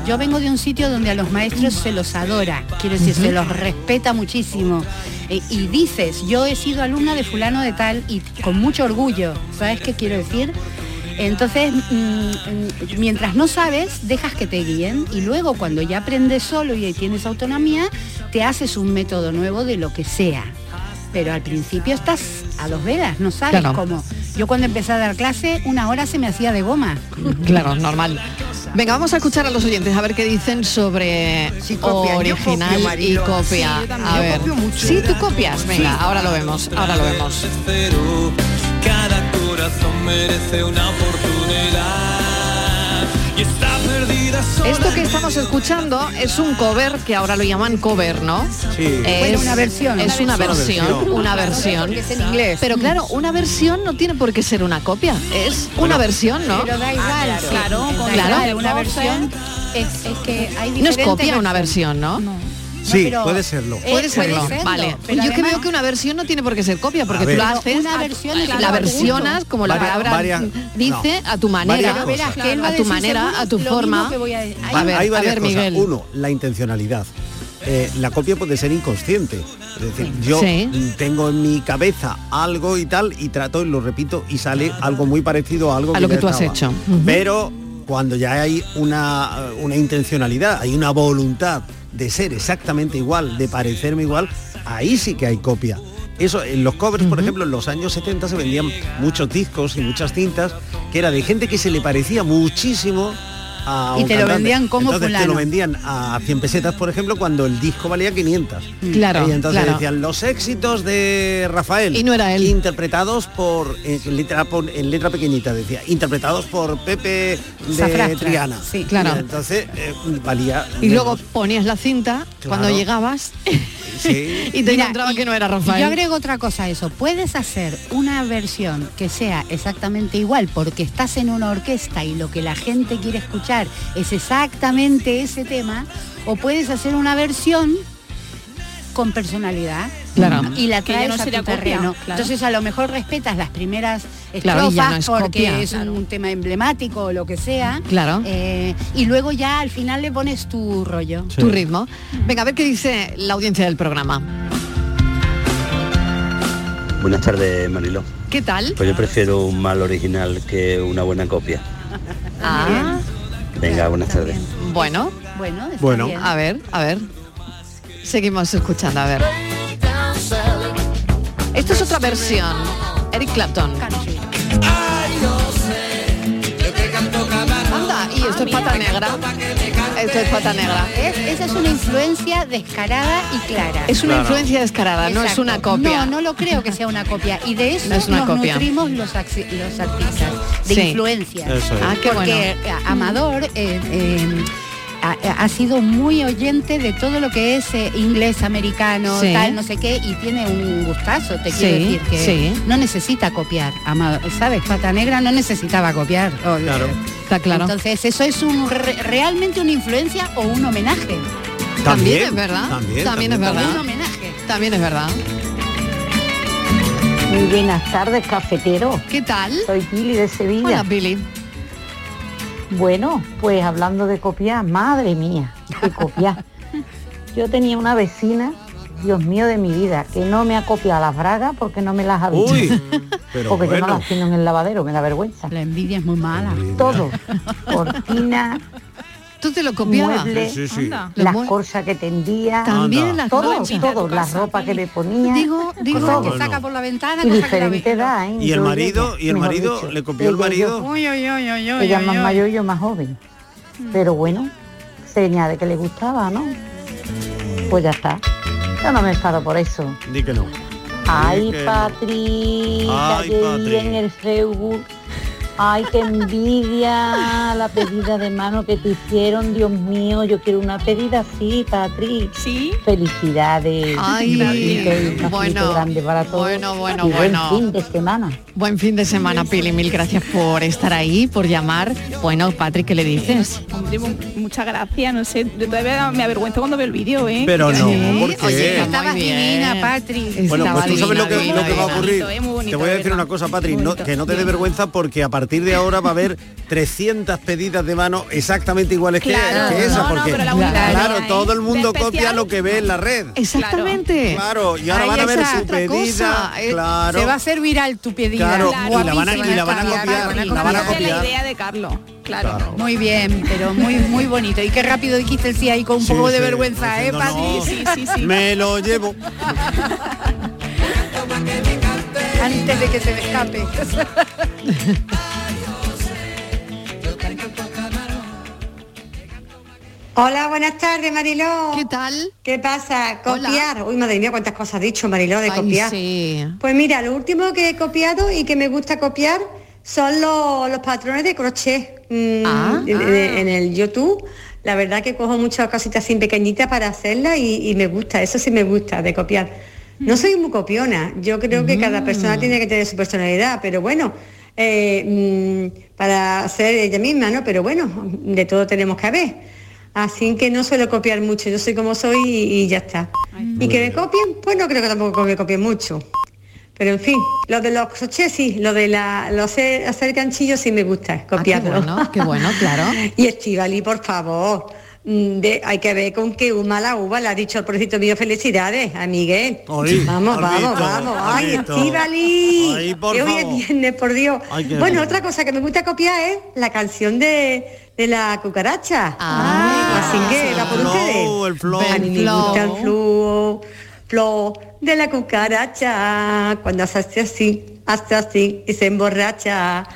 Speaker 4: yo vengo de un sitio donde a los maestros se los adora, quiero decir,
Speaker 9: Ujú.
Speaker 4: se los respeta muchísimo. Eh, y dices, yo he sido alumna de fulano de tal y con mucho orgullo, ¿sabes qué quiero decir? Entonces, mm, mm, mientras no sabes, dejas que te guíen y luego cuando ya aprendes solo y tienes autonomía, te haces un método nuevo de lo que sea. Pero al principio estás a dos velas, no sabes
Speaker 20: Claro.
Speaker 4: cómo. Yo cuando empecé a dar clase, una hora se me hacía de goma.
Speaker 20: Claro, normal. Venga, vamos a escuchar a los oyentes a ver qué dicen sobre
Speaker 4: copian, yo copio,
Speaker 20: original y
Speaker 4: Marilo.
Speaker 20: copia.
Speaker 4: Sí, yo también.
Speaker 20: a
Speaker 4: Yo
Speaker 20: ver.
Speaker 4: copio mucho.
Speaker 20: Sí, tú copias. Venga, ahora lo vemos. Ahora lo vemos.
Speaker 25: Cero. Cada corazón merece una oportunidad y está perdida.
Speaker 20: Esto que estamos escuchando es un cover que ahora lo llaman cover, ¿no?
Speaker 21: Sí.
Speaker 20: Es
Speaker 4: Bueno, una versión.
Speaker 20: Es una
Speaker 4: Una
Speaker 20: versión,
Speaker 4: versión.
Speaker 20: una versión.
Speaker 4: Porque es en inglés.
Speaker 20: Pero claro, una versión no tiene por qué ser una copia. Es una versión, ¿no?
Speaker 4: Pero da igual, Ah, claro,
Speaker 20: claro.
Speaker 4: da igual, una versión es, es que hay
Speaker 20: No es
Speaker 4: diferentes
Speaker 20: copia una
Speaker 4: versiones.
Speaker 20: versión, ¿no?
Speaker 21: Sí, puede serlo.
Speaker 20: Puede serlo,
Speaker 4: serlo,
Speaker 20: vale.
Speaker 4: pero
Speaker 20: Yo que
Speaker 4: además-
Speaker 20: veo que una versión no tiene por qué ser copia, porque
Speaker 21: A
Speaker 20: tú
Speaker 21: ver.
Speaker 20: la
Speaker 4: Pero
Speaker 20: haces,
Speaker 4: una
Speaker 20: a-
Speaker 4: versión es
Speaker 20: la
Speaker 4: algo
Speaker 20: versionas
Speaker 4: justo.
Speaker 20: como la
Speaker 21: Varias-
Speaker 20: palabra
Speaker 21: varias-
Speaker 20: dice,
Speaker 21: no.
Speaker 20: a tu
Speaker 21: Varias
Speaker 20: manera,
Speaker 21: Pero verás
Speaker 4: que él va a
Speaker 20: a tu
Speaker 4: decir
Speaker 20: manera,
Speaker 4: seguro
Speaker 20: a tu
Speaker 4: lo mismo
Speaker 20: forma.
Speaker 4: que voy a decir.
Speaker 20: A ver,
Speaker 21: hay
Speaker 20: a
Speaker 21: varias
Speaker 20: ver,
Speaker 21: cosas.
Speaker 20: Miguel.
Speaker 21: Uno, la intencionalidad. Eh, la copia puede ser inconsciente. Es decir, yo
Speaker 20: Sí.
Speaker 21: mm, tengo en mi cabeza algo y tal y trato y lo repito y sale algo muy parecido a algo
Speaker 20: A lo
Speaker 21: ya
Speaker 20: que tú has
Speaker 21: estaba.
Speaker 20: hecho. Ujú.
Speaker 21: Pero cuando ya hay una, eh, una intencionalidad, hay una voluntad de ser exactamente igual, de parecerme igual, ahí sí que hay copia. Eso, en los covers, por ejemplo, en los años 70 se vendían muchos discos y muchas cintas, que era de gente que se le parecía muchísimo a
Speaker 4: Y
Speaker 21: un
Speaker 4: te lo
Speaker 21: cantante.
Speaker 4: vendían como
Speaker 21: entonces te
Speaker 4: fulano.
Speaker 21: lo vendían a 100 pesetas por ejemplo cuando el disco valía 500
Speaker 20: Claro,
Speaker 21: y entonces
Speaker 20: claro.
Speaker 21: decían los éxitos de Rafael
Speaker 20: Y no era él.
Speaker 21: interpretados por en letra por- en letra pequeñita decía interpretados por Pepe de
Speaker 20: Safrastra,
Speaker 21: Triana
Speaker 20: sí. Claro.
Speaker 21: Y entonces eh, valía
Speaker 20: Y
Speaker 21: menos.
Speaker 20: luego ponías la cinta cuando llegabas
Speaker 21: Sí.
Speaker 20: [LAUGHS] y te encontrabas que no era
Speaker 4: Y yo
Speaker 20: Rafael.
Speaker 4: agrego otra cosa a eso. Puedes hacer una versión que sea exactamente igual porque estás en una orquesta y lo que la gente quiere escuchar es exactamente ese tema, o puedes hacer una versión con personalidad
Speaker 20: Claro.
Speaker 4: y la
Speaker 24: Que ya
Speaker 4: traes
Speaker 24: no
Speaker 4: a tu
Speaker 24: sería copia,
Speaker 4: terreno.
Speaker 24: claro.
Speaker 4: Entonces a lo mejor respetas las primeras
Speaker 20: Claro, y
Speaker 4: estrofas
Speaker 20: ya no es
Speaker 4: porque
Speaker 20: copia.
Speaker 4: es un tema emblemático o lo que sea.
Speaker 20: Claro.
Speaker 4: Eh, y luego ya al final le pones tu rollo.
Speaker 20: Tu ritmo. Venga, a ver qué dice la audiencia del programa.
Speaker 9: Buenas tardes, Mariló.
Speaker 20: ¿Qué tal?
Speaker 9: Pues yo prefiero un mal original que una buena copia.
Speaker 20: Ah,
Speaker 9: Venga, buenas tardes.
Speaker 20: bueno.
Speaker 4: Bueno,
Speaker 9: Bueno.
Speaker 4: está
Speaker 20: bueno.
Speaker 9: bien.
Speaker 20: A ver, a ver. Seguimos escuchando, a ver. Esto es otra versión. Eric Clapton. Anda, y esto es pata negra. Esto es pata negra.
Speaker 4: Es- esa es una influencia descarada y clara.
Speaker 20: Es una influencia descarada, no es
Speaker 4: Exacto.
Speaker 20: una copia.
Speaker 4: No, no lo creo que sea una copia. Y de eso
Speaker 20: No es una
Speaker 4: nos
Speaker 20: copia.
Speaker 4: nutrimos los, axi- los artistas, de
Speaker 20: Sí.
Speaker 4: influencias.
Speaker 20: Eso es. Ah, qué bueno.
Speaker 4: Porque eh, Amador eh, eh, ha, ha sido muy oyente de todo lo que es eh, inglés, americano,
Speaker 20: Sí.
Speaker 4: tal, no sé qué, y tiene un gustazo, te
Speaker 20: Sí,
Speaker 4: quiero decir que
Speaker 20: sí.
Speaker 4: no necesita copiar. Amador, ¿sabes? Pata Negra no necesitaba copiar. O-
Speaker 20: Está claro.
Speaker 4: Entonces, eso es un re- realmente una influencia o un homenaje.
Speaker 20: También es verdad.
Speaker 4: También,
Speaker 20: También
Speaker 4: también,
Speaker 20: es verdad.
Speaker 4: también. Un homenaje.
Speaker 20: También es verdad.
Speaker 25: Muy buenas tardes, cafetero.
Speaker 20: ¿Qué tal?
Speaker 25: Soy Pili de Sevilla.
Speaker 20: Hola, Pili.
Speaker 25: Bueno, pues hablando de copiar, madre mía, de
Speaker 4: [LAUGHS]
Speaker 25: copiar. Yo tenía una vecina, Dios mío de mi vida, que no me ha copiado las bragas porque no me las había.
Speaker 9: Uy, pero
Speaker 20: Oh,
Speaker 25: porque yo
Speaker 9: bueno.
Speaker 25: no las tengo en el lavadero, me da vergüenza.
Speaker 4: La envidia es muy mala.
Speaker 25: Todo. Cortina.
Speaker 20: Tú te lo
Speaker 25: copiabas. copiabas? Muebles,
Speaker 20: Sí, sí, sí. Anda.
Speaker 25: las
Speaker 20: Los mue-
Speaker 25: corsas que tendía.
Speaker 20: También Anda. las
Speaker 25: todo,
Speaker 20: noches.
Speaker 25: todo, la ropa que me ponía.
Speaker 4: Pues Digo,
Speaker 25: digo,
Speaker 4: Cosa
Speaker 25: todo.
Speaker 4: que saca por la ventana,
Speaker 25: Y
Speaker 4: cosa que la
Speaker 25: diferente edad, ¿eh?
Speaker 21: y el
Speaker 25: Yo y
Speaker 21: marido
Speaker 25: ella,
Speaker 21: y el
Speaker 25: mejor
Speaker 21: marido
Speaker 25: dicho.
Speaker 21: le copió
Speaker 25: Ella
Speaker 21: el
Speaker 25: y yo.
Speaker 21: marido
Speaker 4: Uy, uy, uy, uy, uy,
Speaker 25: ella
Speaker 4: uy, Mm.
Speaker 25: más
Speaker 4: uy.
Speaker 25: mayor y yo más joven. Pero bueno, señal de que le gustaba, ¿no? Pues ya está. Yo no me enfado por eso.
Speaker 21: di que no
Speaker 25: Ay,
Speaker 21: que no.
Speaker 25: Patri,
Speaker 21: Ay, Patri.
Speaker 25: en el Facebook. Ay, qué envidia la pedida de mano que te hicieron, Dios mío. Yo quiero una pedida así, Patri. Sí. Felicidades.
Speaker 20: Ay,
Speaker 25: Felicidades, un
Speaker 20: bueno,
Speaker 25: abrazo grande para todos.
Speaker 20: bueno, bueno,
Speaker 25: Y buen
Speaker 20: bueno.
Speaker 25: fin de semana.
Speaker 20: Buen fin de semana, Pili. Mil gracias por estar ahí, por llamar. Bueno, Patrick, ¿qué le dices?
Speaker 24: Hombre, mu- muchas gracias, no sé, yo todavía me avergüenzo cuando veo el vídeo, ¿eh? [LAUGHS]
Speaker 21: Pero no, ¿por qué?
Speaker 4: Oye, estabas
Speaker 20: muy bien.
Speaker 4: divina, Patri.
Speaker 21: Bueno, pues tú sabes lo que,
Speaker 20: divina,
Speaker 21: lo que va a
Speaker 20: divina.
Speaker 21: ocurrir.
Speaker 20: Bonito, eh, muy bonito,
Speaker 21: te voy a decir
Speaker 20: ¿verdad?
Speaker 21: una cosa, Patrick, no- que no te dé vergüenza porque a partir de ahora va a haber 300 pedidas de mano exactamente iguales que-
Speaker 20: Claro,
Speaker 21: que, esa,
Speaker 20: no, no,
Speaker 21: porque
Speaker 20: pero la única
Speaker 21: claro,
Speaker 20: manera, ¿eh?
Speaker 21: todo el mundo
Speaker 20: De especial-
Speaker 21: copia lo que ve en la red.
Speaker 20: Exactamente.
Speaker 21: Claro, y ahora
Speaker 20: Ay,
Speaker 21: van a ver
Speaker 20: esa es
Speaker 21: su
Speaker 20: otra
Speaker 21: pedida,
Speaker 20: cosa, eh,
Speaker 21: claro.
Speaker 4: Se va a hacer viral tu pedida.
Speaker 21: Claro, y la van a- y la van a
Speaker 4: Guapísima,
Speaker 21: copiar,
Speaker 4: Patri.
Speaker 21: la van a
Speaker 4: Esa es
Speaker 21: copiar.
Speaker 4: idea de Carlos.
Speaker 21: claro.
Speaker 4: Muy bien, pero muy muy bonito. Y qué rápido dijiste el sí ahí con un
Speaker 21: Sí,
Speaker 4: poco de
Speaker 21: sí,
Speaker 4: vergüenza, ¿eh,
Speaker 21: diciendo,
Speaker 4: Patri?
Speaker 21: no, Me lo llevo.
Speaker 4: Antes de que se me escape.
Speaker 26: Hola, buenas tardes, Mariló. ¿Qué
Speaker 20: tal?
Speaker 26: ¿Qué pasa? Copiar. Uy, madre mía, cuántas cosas has dicho, Mariló, de
Speaker 20: Ay,
Speaker 26: copiar.
Speaker 20: sí.
Speaker 26: Pues mira, lo último que he copiado y que me gusta copiar son los, los patrones de crochet mm,
Speaker 27: Ah.
Speaker 26: en, en- en el YouTube. La verdad que cojo muchas cositas así pequeñitas para hacerlas y, y me gusta, eso sí me gusta de copiar. No soy muy copiona, yo creo que cada persona tiene que tener su personalidad, pero bueno, eh, mm, para ser ella misma, ¿no? Pero bueno, de todo tenemos que haber. Así que no suelo copiar mucho, yo soy como soy y, y ya está. ¿Y que me copien? Pues no creo que tampoco me copien mucho. Pero en fin, lo de los crochets sí, lo de la, lo hacer, hacer ganchillos sí me gusta, copiarlo.
Speaker 20: Ah, bueno, qué bueno, claro.
Speaker 26: [LAUGHS] y Estivali, por favor, mm, de- hay que ver con qué huma la uva, le ha dicho el pobrecito mío, felicidades, a Miguel.
Speaker 27: Ay,
Speaker 26: vamos, vamos,
Speaker 27: Alvito,
Speaker 26: vamos, ay,
Speaker 27: Alvito.
Speaker 26: Estivali.
Speaker 27: Ay, por
Speaker 26: Que hoy es
Speaker 27: favor.
Speaker 26: viernes, por Dios.
Speaker 27: Ay, qué
Speaker 26: bueno,
Speaker 27: bueno.
Speaker 26: otra cosa que me gusta copiar es la canción de, de la cucaracha.
Speaker 20: Ah.
Speaker 26: Así que va por
Speaker 27: El
Speaker 26: ustedes.
Speaker 27: flow, el flow.
Speaker 26: A mí me
Speaker 27: El
Speaker 26: gusta el
Speaker 27: flow.
Speaker 26: flow, flow de la cucaracha. Cuando se hace así, hace así y se emborracha.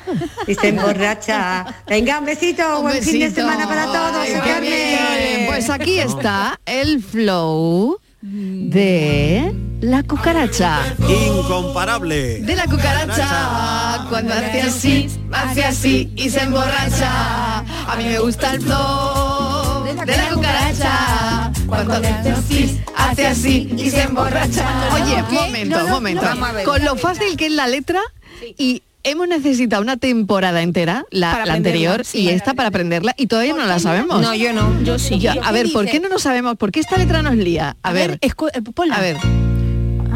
Speaker 26: Y se emborracha. Venga, un besito, buen fin de
Speaker 20: besito.
Speaker 26: semana para todos.
Speaker 20: Ay,
Speaker 26: Su
Speaker 20: qué
Speaker 26: carne.
Speaker 20: bien. Pues aquí está el flow de la cucaracha.
Speaker 21: Incomparable.
Speaker 20: De la cucaracha, cuando hace así, hace así y se emborracha. A mí me gusta el flow de la cucaracha. Cuando hace así, hace así y se emborracha. Oye,
Speaker 27: ¿Qué?
Speaker 20: momento,
Speaker 27: No, no, no.
Speaker 20: momento.
Speaker 27: Vamos a ver.
Speaker 20: Con lo fácil que es la letra y hemos necesitado una temporada entera, la,
Speaker 27: Para
Speaker 20: la anterior
Speaker 27: aprenderla, sí.
Speaker 20: y esta para aprenderla y todavía no la sabemos.
Speaker 27: No, yo no. Yo sí.
Speaker 20: Ya, a
Speaker 27: ¿Qué
Speaker 20: ver, ¿por
Speaker 27: dice?
Speaker 20: qué no lo sabemos? ¿Por qué esta letra nos lía? A, ver, eh, a ver.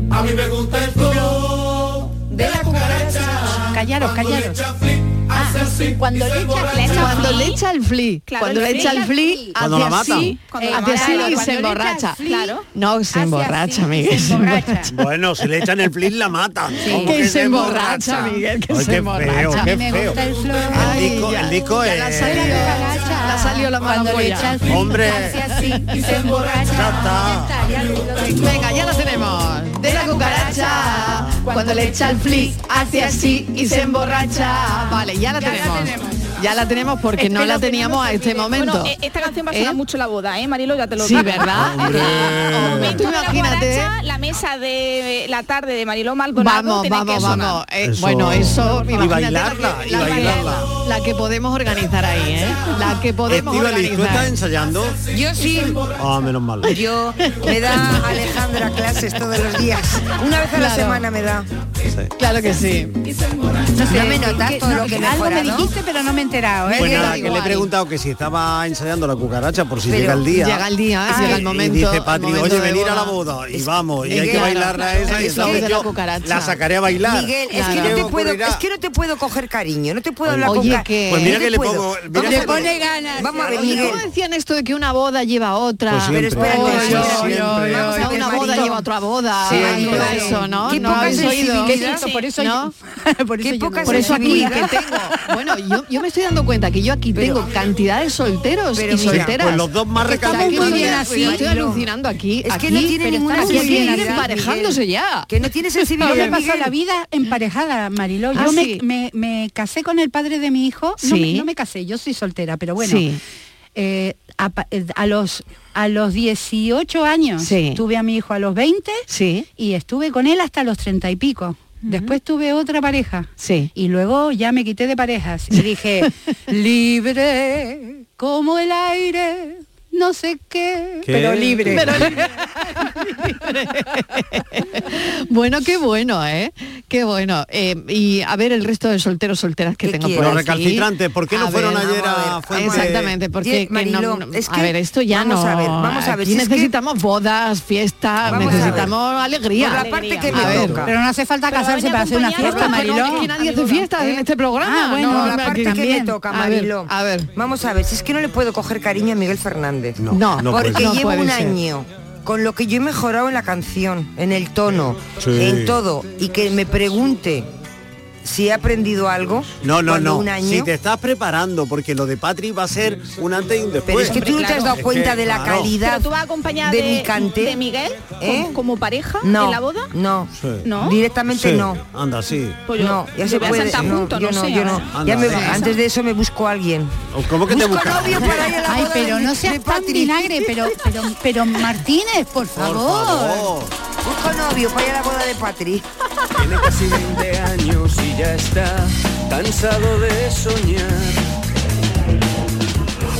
Speaker 12: A mí me gusta el flow de la cucaracha.
Speaker 4: Callaros, callaros. Ah, Cuando le echa, le echa
Speaker 20: Cuando
Speaker 4: fli,
Speaker 20: le echa el fli,
Speaker 4: Claro,
Speaker 20: cuando le echa el fli,
Speaker 4: Cuando
Speaker 20: hace
Speaker 4: la mata.
Speaker 20: así,
Speaker 4: Cuando la
Speaker 20: hace
Speaker 4: mata.
Speaker 20: así
Speaker 4: Claro, cuando
Speaker 20: y se
Speaker 4: le echa
Speaker 20: emborracha.
Speaker 4: fli, Claro.
Speaker 20: No, se emborracha, Miguel. se emborracha.
Speaker 21: Bueno, si le echan el flip la matan. ¿Cómo
Speaker 20: Que se emborracha, Miguel, que
Speaker 21: Ay,
Speaker 20: se
Speaker 21: qué
Speaker 20: emborracha.
Speaker 21: Feo, qué feo.
Speaker 4: el flor.
Speaker 21: El disco, el disco es...
Speaker 20: La ha salido la mala
Speaker 4: Cuando le
Speaker 20: polla.
Speaker 4: echa el fli,
Speaker 21: Hombre.
Speaker 4: hace así y se emborracha. Ya está, ya-
Speaker 20: Venga, ya la tenemos. De la cucaracha, cuando le echa el fli, hace así y se emborracha. Vale, ya la tenemos. Ya la tenemos porque
Speaker 24: Espero
Speaker 20: no la
Speaker 24: que
Speaker 20: teníamos
Speaker 24: se
Speaker 20: a este
Speaker 24: olvide.
Speaker 20: momento.
Speaker 24: Bueno, e- esta canción va a sonar
Speaker 20: ¿Eh?
Speaker 24: mucho en la boda, ¿eh, Marilo? Ya te lo
Speaker 20: Sí,
Speaker 24: digo.
Speaker 21: [LAUGHS]
Speaker 20: ¿verdad? Hombre.
Speaker 24: Momento
Speaker 20: Tú
Speaker 24: de la
Speaker 20: imagínate.
Speaker 24: guaracha, La mesa de la tarde de Mariló Maldonado.
Speaker 20: Vamos,
Speaker 24: tiene que
Speaker 20: vamos,
Speaker 24: sonar.
Speaker 20: vamos. Eh,
Speaker 21: Eso-
Speaker 20: Bueno, eso,
Speaker 21: Y
Speaker 20: imagínate
Speaker 21: bailarla,
Speaker 20: la que,
Speaker 21: y
Speaker 20: la que-
Speaker 21: bailarla.
Speaker 20: la que podemos organizar ahí, ¿eh? La que podemos
Speaker 21: Estíbaliz, ¿tú estás
Speaker 20: organizar.
Speaker 21: ensayando?
Speaker 23: Yo sí.
Speaker 21: Ah, menos mal.
Speaker 23: Yo me da Alejandra clases todos los días. Una vez a la
Speaker 20: Claro.
Speaker 23: semana me da.
Speaker 20: Claro que sí.
Speaker 23: No, sé, me
Speaker 4: que-
Speaker 23: notas
Speaker 4: que-
Speaker 23: todo
Speaker 4: no,
Speaker 23: lo que he
Speaker 4: Algo me
Speaker 23: mejorado.
Speaker 4: dijiste, pero no me he enterado. ¿eh?
Speaker 21: Pues
Speaker 4: Yo-
Speaker 21: nada, que le he preguntado que si estaba ensayando la cucaracha por si
Speaker 4: Pero
Speaker 21: llega el día.
Speaker 20: llega el día, llega el
Speaker 21: Y
Speaker 20: momento,
Speaker 21: dice
Speaker 20: el
Speaker 21: Patri,
Speaker 20: momento
Speaker 21: oye,
Speaker 20: de
Speaker 21: venir a la
Speaker 20: boda".
Speaker 21: boda y vamos, y
Speaker 20: es
Speaker 21: hay que
Speaker 20: que-
Speaker 21: bailarla
Speaker 20: claro,
Speaker 21: esa y
Speaker 20: es que es
Speaker 21: entonces
Speaker 20: de la
Speaker 21: yo
Speaker 20: cucaracha.
Speaker 21: la sacaré a bailar.
Speaker 23: Miguel, es
Speaker 20: Claro.
Speaker 23: que, no
Speaker 21: ¿Qué
Speaker 23: te puedo,
Speaker 21: ocurrirá?
Speaker 23: es que no te puedo coger cariño, no te puedo hablar
Speaker 20: Oye,
Speaker 23: con
Speaker 20: que-
Speaker 23: cariño.
Speaker 20: Pues mira que le
Speaker 21: pongo- mira
Speaker 23: Vamos
Speaker 21: que
Speaker 23: a
Speaker 21: le
Speaker 23: ver.
Speaker 21: pone
Speaker 4: ganas.
Speaker 23: Vamos a ver,
Speaker 20: ¿Y
Speaker 23: Miguel.
Speaker 20: cómo decían esto de que una boda lleva a otra?
Speaker 21: Pues siempre. Pero
Speaker 23: espérate,
Speaker 20: Oy,
Speaker 23: eso
Speaker 20: oy,
Speaker 23: siempre.
Speaker 20: oy,
Speaker 23: Vamos a
Speaker 20: oy,
Speaker 23: ver,
Speaker 20: una boda
Speaker 23: Marito.
Speaker 20: lleva a otra boda.
Speaker 23: Siempre.
Speaker 20: algo de eso, ¿no?
Speaker 23: Qué
Speaker 20: ¿No
Speaker 23: poca
Speaker 20: habéis oído?
Speaker 23: sensibilidad.
Speaker 20: Sí,
Speaker 23: por eso
Speaker 20: ¿No?
Speaker 23: [LAUGHS]
Speaker 4: por
Speaker 23: Qué poca
Speaker 20: Por eso aquí que
Speaker 23: sensibilidad.
Speaker 20: tengo. Bueno, yo, yo me estoy dando cuenta que yo aquí tengo cantidad de solteros
Speaker 23: Pero
Speaker 20: y
Speaker 23: mira,
Speaker 20: solteras.
Speaker 21: pues los dos más
Speaker 20: Es que estamos
Speaker 21: recalcitrantes.
Speaker 20: muy bien
Speaker 21: Mira,
Speaker 20: así. Estoy
Speaker 23: Marilo.
Speaker 20: alucinando aquí.
Speaker 23: Es que
Speaker 20: aquí,
Speaker 23: no tiene
Speaker 20: pero
Speaker 23: ninguna
Speaker 20: están aquí, aquí
Speaker 23: sensibilidad,
Speaker 20: emparejándose
Speaker 23: Miguel.
Speaker 20: ya.
Speaker 23: Que no tiene
Speaker 4: Yo me
Speaker 23: sensibilidad.
Speaker 4: paso
Speaker 23: Miguel.
Speaker 4: la vida emparejada, Mariló. Yo
Speaker 20: Ah,
Speaker 4: me,
Speaker 20: sí.
Speaker 4: me- me casé con el padre de mi hijo. No,
Speaker 20: Sí.
Speaker 4: me, no me casé, yo soy soltera, pero bueno.
Speaker 20: Sí.
Speaker 4: eh, a, pa- eh, a los a los 18 años
Speaker 20: Sí.
Speaker 4: tuve a mi hijo a los 20
Speaker 20: Sí.
Speaker 4: y estuve con él hasta los 30 y pico. Después tuve otra pareja
Speaker 20: Sí.
Speaker 4: y luego ya me quité de parejas y dije,
Speaker 23: [LAUGHS]
Speaker 4: libre como el aire, no sé qué,
Speaker 27: ¿Qué? pero libre.
Speaker 20: Pero libre. bueno, qué bueno, ¿eh? Qué bueno. Eh, y a ver el resto de solteros, solteras que
Speaker 23: ¿Qué
Speaker 20: tengo por
Speaker 23: quieres?
Speaker 21: Los
Speaker 20: aquí.
Speaker 21: recalcitrantes, ¿por qué no
Speaker 20: A
Speaker 21: fueron
Speaker 20: ver,
Speaker 21: ayer
Speaker 20: vamos
Speaker 21: a
Speaker 20: ver,
Speaker 21: Fuente?
Speaker 20: Exactamente,
Speaker 23: Die-
Speaker 20: porque que
Speaker 23: Mariló,
Speaker 20: no- no-
Speaker 23: es
Speaker 20: a
Speaker 23: que
Speaker 20: ver, esto ya
Speaker 23: vamos
Speaker 20: no.
Speaker 23: a ver, vamos a ver,
Speaker 20: aquí
Speaker 23: si es que-
Speaker 20: necesitamos bodas, fiestas,
Speaker 23: Vamos a ver.
Speaker 20: necesitamos alegría.
Speaker 23: Por la parte que
Speaker 20: A
Speaker 23: me
Speaker 20: ver,
Speaker 23: toca.
Speaker 4: Pero no hace falta casarse para hacer una fiesta,
Speaker 20: Bueno,
Speaker 4: Mariló.
Speaker 20: es que nadie hace fiestas en este programa.
Speaker 4: Ah, bueno,
Speaker 20: no,
Speaker 23: ¿Eh? la
Speaker 20: hombre,
Speaker 23: parte
Speaker 20: aquí
Speaker 23: que me
Speaker 20: también.
Speaker 23: toca,
Speaker 20: A ver,
Speaker 23: Mariló.
Speaker 20: A ver.
Speaker 23: Vamos a ver, si es que no le puedo coger cariño a Miguel Fernández.
Speaker 21: No,
Speaker 20: No,
Speaker 21: no
Speaker 23: porque
Speaker 21: puede ser.
Speaker 23: llevo
Speaker 20: puede
Speaker 23: un
Speaker 20: ser.
Speaker 23: año con lo que yo he mejorado en la canción, en el tono,
Speaker 21: Sí.
Speaker 23: en todo, y que me pregunte si he aprendido algo.
Speaker 21: No, no,
Speaker 23: cuando
Speaker 21: no.
Speaker 23: Un año,
Speaker 21: Si te estás preparando, porque lo de Patri va a ser un antes y un después.
Speaker 23: Pero es que tú no te has dado
Speaker 21: Pues Es
Speaker 23: cuenta
Speaker 21: que,
Speaker 23: de la
Speaker 21: claro.
Speaker 23: calidad.
Speaker 24: Pero tú vas acompañada
Speaker 23: De
Speaker 24: de,
Speaker 23: mi cante.
Speaker 24: de Miguel
Speaker 23: ¿Eh?
Speaker 24: como, como pareja
Speaker 23: no,
Speaker 24: en la boda.
Speaker 23: No,
Speaker 21: Sí.
Speaker 24: ¿No?
Speaker 23: directamente
Speaker 21: Sí,
Speaker 23: no.
Speaker 21: Anda, sí.
Speaker 24: Pues yo-
Speaker 23: No, ya
Speaker 24: yo
Speaker 23: se
Speaker 24: voy a
Speaker 23: puede.
Speaker 24: Santa
Speaker 23: No,
Speaker 24: Junto,
Speaker 23: yo
Speaker 24: no
Speaker 23: no,
Speaker 24: sé,
Speaker 23: yo no.
Speaker 24: ahora.
Speaker 21: Anda,
Speaker 23: Ya me-
Speaker 21: sí.
Speaker 23: antes de eso me busco a alguien.
Speaker 21: ¿Cómo que te
Speaker 23: Busco
Speaker 21: buscas?
Speaker 23: novio para ir a la
Speaker 4: Ay,
Speaker 23: boda
Speaker 4: pero
Speaker 23: de-
Speaker 4: no seas
Speaker 23: de
Speaker 4: tan
Speaker 23: Patri.
Speaker 4: vinagre, pero, pero, pero Martínez, por
Speaker 21: Por
Speaker 4: favor.
Speaker 28: Oh,
Speaker 21: favor.
Speaker 28: este
Speaker 23: Busco novio para ir a la boda de Patri.
Speaker 28: Tiene casi 20 años y ya está
Speaker 27: cansado de soñar.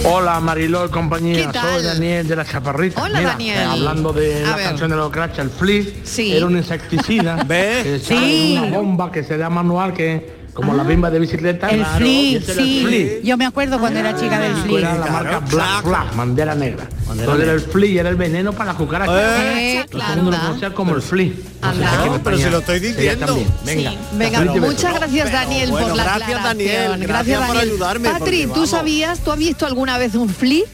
Speaker 28: Hola Mariló y compañía,
Speaker 20: ¿Qué tal?
Speaker 28: soy Daniel de la Chaparrita.
Speaker 20: Hola,
Speaker 28: Mira,
Speaker 20: Daniel.
Speaker 28: eh, hablando de
Speaker 20: A
Speaker 28: la
Speaker 20: ver.
Speaker 28: canción de los Crash, el Flip,
Speaker 20: Sí.
Speaker 28: era un
Speaker 20: [LAUGHS]
Speaker 28: insecticida. ¿Ves?
Speaker 4: Sí.
Speaker 28: Una bomba que se da manual, que como
Speaker 20: Ah.
Speaker 28: la bimba de bicicleta.
Speaker 4: El
Speaker 28: Claro, y
Speaker 4: flip,
Speaker 21: este
Speaker 28: ese era el flip.
Speaker 4: sí. Yo me acuerdo cuando era chica del flip.
Speaker 28: Era la marca Black, Black, bandera negra. Entonces era el flea y era el veneno para las cucarachas.
Speaker 20: Eh,
Speaker 28: Todo el mundo lo conocía como el flea. No sé si aquí en
Speaker 21: pero
Speaker 28: España
Speaker 21: se lo estoy
Speaker 28: sería
Speaker 21: diciendo.
Speaker 28: también.
Speaker 21: Venga.
Speaker 20: Venga,
Speaker 28: Cafelito y besos.
Speaker 20: muchas gracias Daniel
Speaker 21: bueno,
Speaker 20: por la
Speaker 21: gracias,
Speaker 20: aclaración.
Speaker 21: Daniel, gracias por ayudarme,
Speaker 20: Patri,
Speaker 21: porque
Speaker 20: ¿tú
Speaker 21: vamos.
Speaker 20: sabías, tú has visto alguna vez un flip?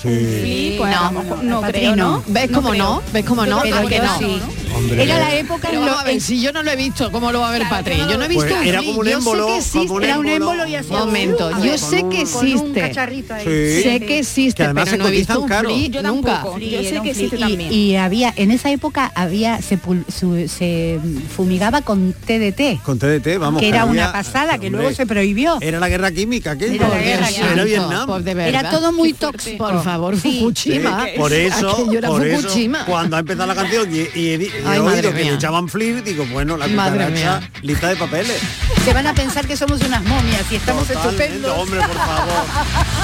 Speaker 4: Sí, pues,
Speaker 20: no,
Speaker 4: no,
Speaker 20: no
Speaker 4: Patri,
Speaker 20: creo,
Speaker 4: no.
Speaker 20: ¿no? ¿Ves
Speaker 4: No
Speaker 20: cómo
Speaker 4: creo.
Speaker 20: no? ¿Ves cómo
Speaker 4: Yo
Speaker 20: no?
Speaker 4: creo
Speaker 20: Ah,
Speaker 4: que
Speaker 20: que
Speaker 4: no.
Speaker 20: no.
Speaker 4: Sí. Hombre. Era la época
Speaker 20: Pero
Speaker 4: en lo-
Speaker 20: vamos a ver, si yo no lo he visto, ¿cómo lo va a ver Patri? Yo no he visto
Speaker 21: Pues
Speaker 20: un
Speaker 21: era
Speaker 20: flip,
Speaker 21: como un
Speaker 20: yo sé
Speaker 21: émbolo,
Speaker 20: que
Speaker 21: como
Speaker 20: existe.
Speaker 21: un Era un émbolo. émbolo y hacía-
Speaker 20: Momento,
Speaker 21: A ver,
Speaker 20: yo
Speaker 21: con
Speaker 20: sé
Speaker 21: un-
Speaker 20: que
Speaker 21: con un
Speaker 20: existe.
Speaker 4: cacharrito ahí.
Speaker 20: Sé
Speaker 4: Sí.
Speaker 20: que
Speaker 21: Que
Speaker 20: existe,
Speaker 21: además
Speaker 20: pero
Speaker 21: se
Speaker 20: no he visto
Speaker 21: cotizan
Speaker 20: un
Speaker 21: caro.
Speaker 20: flip
Speaker 4: Yo
Speaker 20: nunca.
Speaker 4: tampoco.
Speaker 24: Yo
Speaker 4: Era
Speaker 24: sé
Speaker 4: un
Speaker 24: que existe
Speaker 4: flip.
Speaker 24: también.
Speaker 4: Y, y había, en esa época había, se, pul- su- se fumigaba con TDT.
Speaker 21: Con TDT, vamos.
Speaker 4: que era
Speaker 21: había-
Speaker 4: una pasada, que luego
Speaker 21: hombre,
Speaker 4: se prohibió.
Speaker 21: Era la guerra química, ¿qué?
Speaker 4: Era la guerra
Speaker 21: Era
Speaker 4: química.
Speaker 21: Vietnam.
Speaker 4: Pues de verdad. Era todo muy tóxico.
Speaker 20: Por favor, Fukushima.
Speaker 21: Por eso,
Speaker 20: Aquello era
Speaker 21: por eso,
Speaker 20: Fukushima.
Speaker 21: cuando ha empezado la canción y, y he, di- y he
Speaker 20: Ay, madre
Speaker 21: oído que
Speaker 20: mía.
Speaker 21: le echaban flip, digo, bueno, la
Speaker 20: Madre
Speaker 21: cucaracha,
Speaker 20: mía.
Speaker 21: lista de papeles.
Speaker 4: Se van a pensar que somos unas momias y estamos
Speaker 21: Totalmente,
Speaker 4: estupendos.
Speaker 21: hombre, por favor.
Speaker 4: [LAUGHS]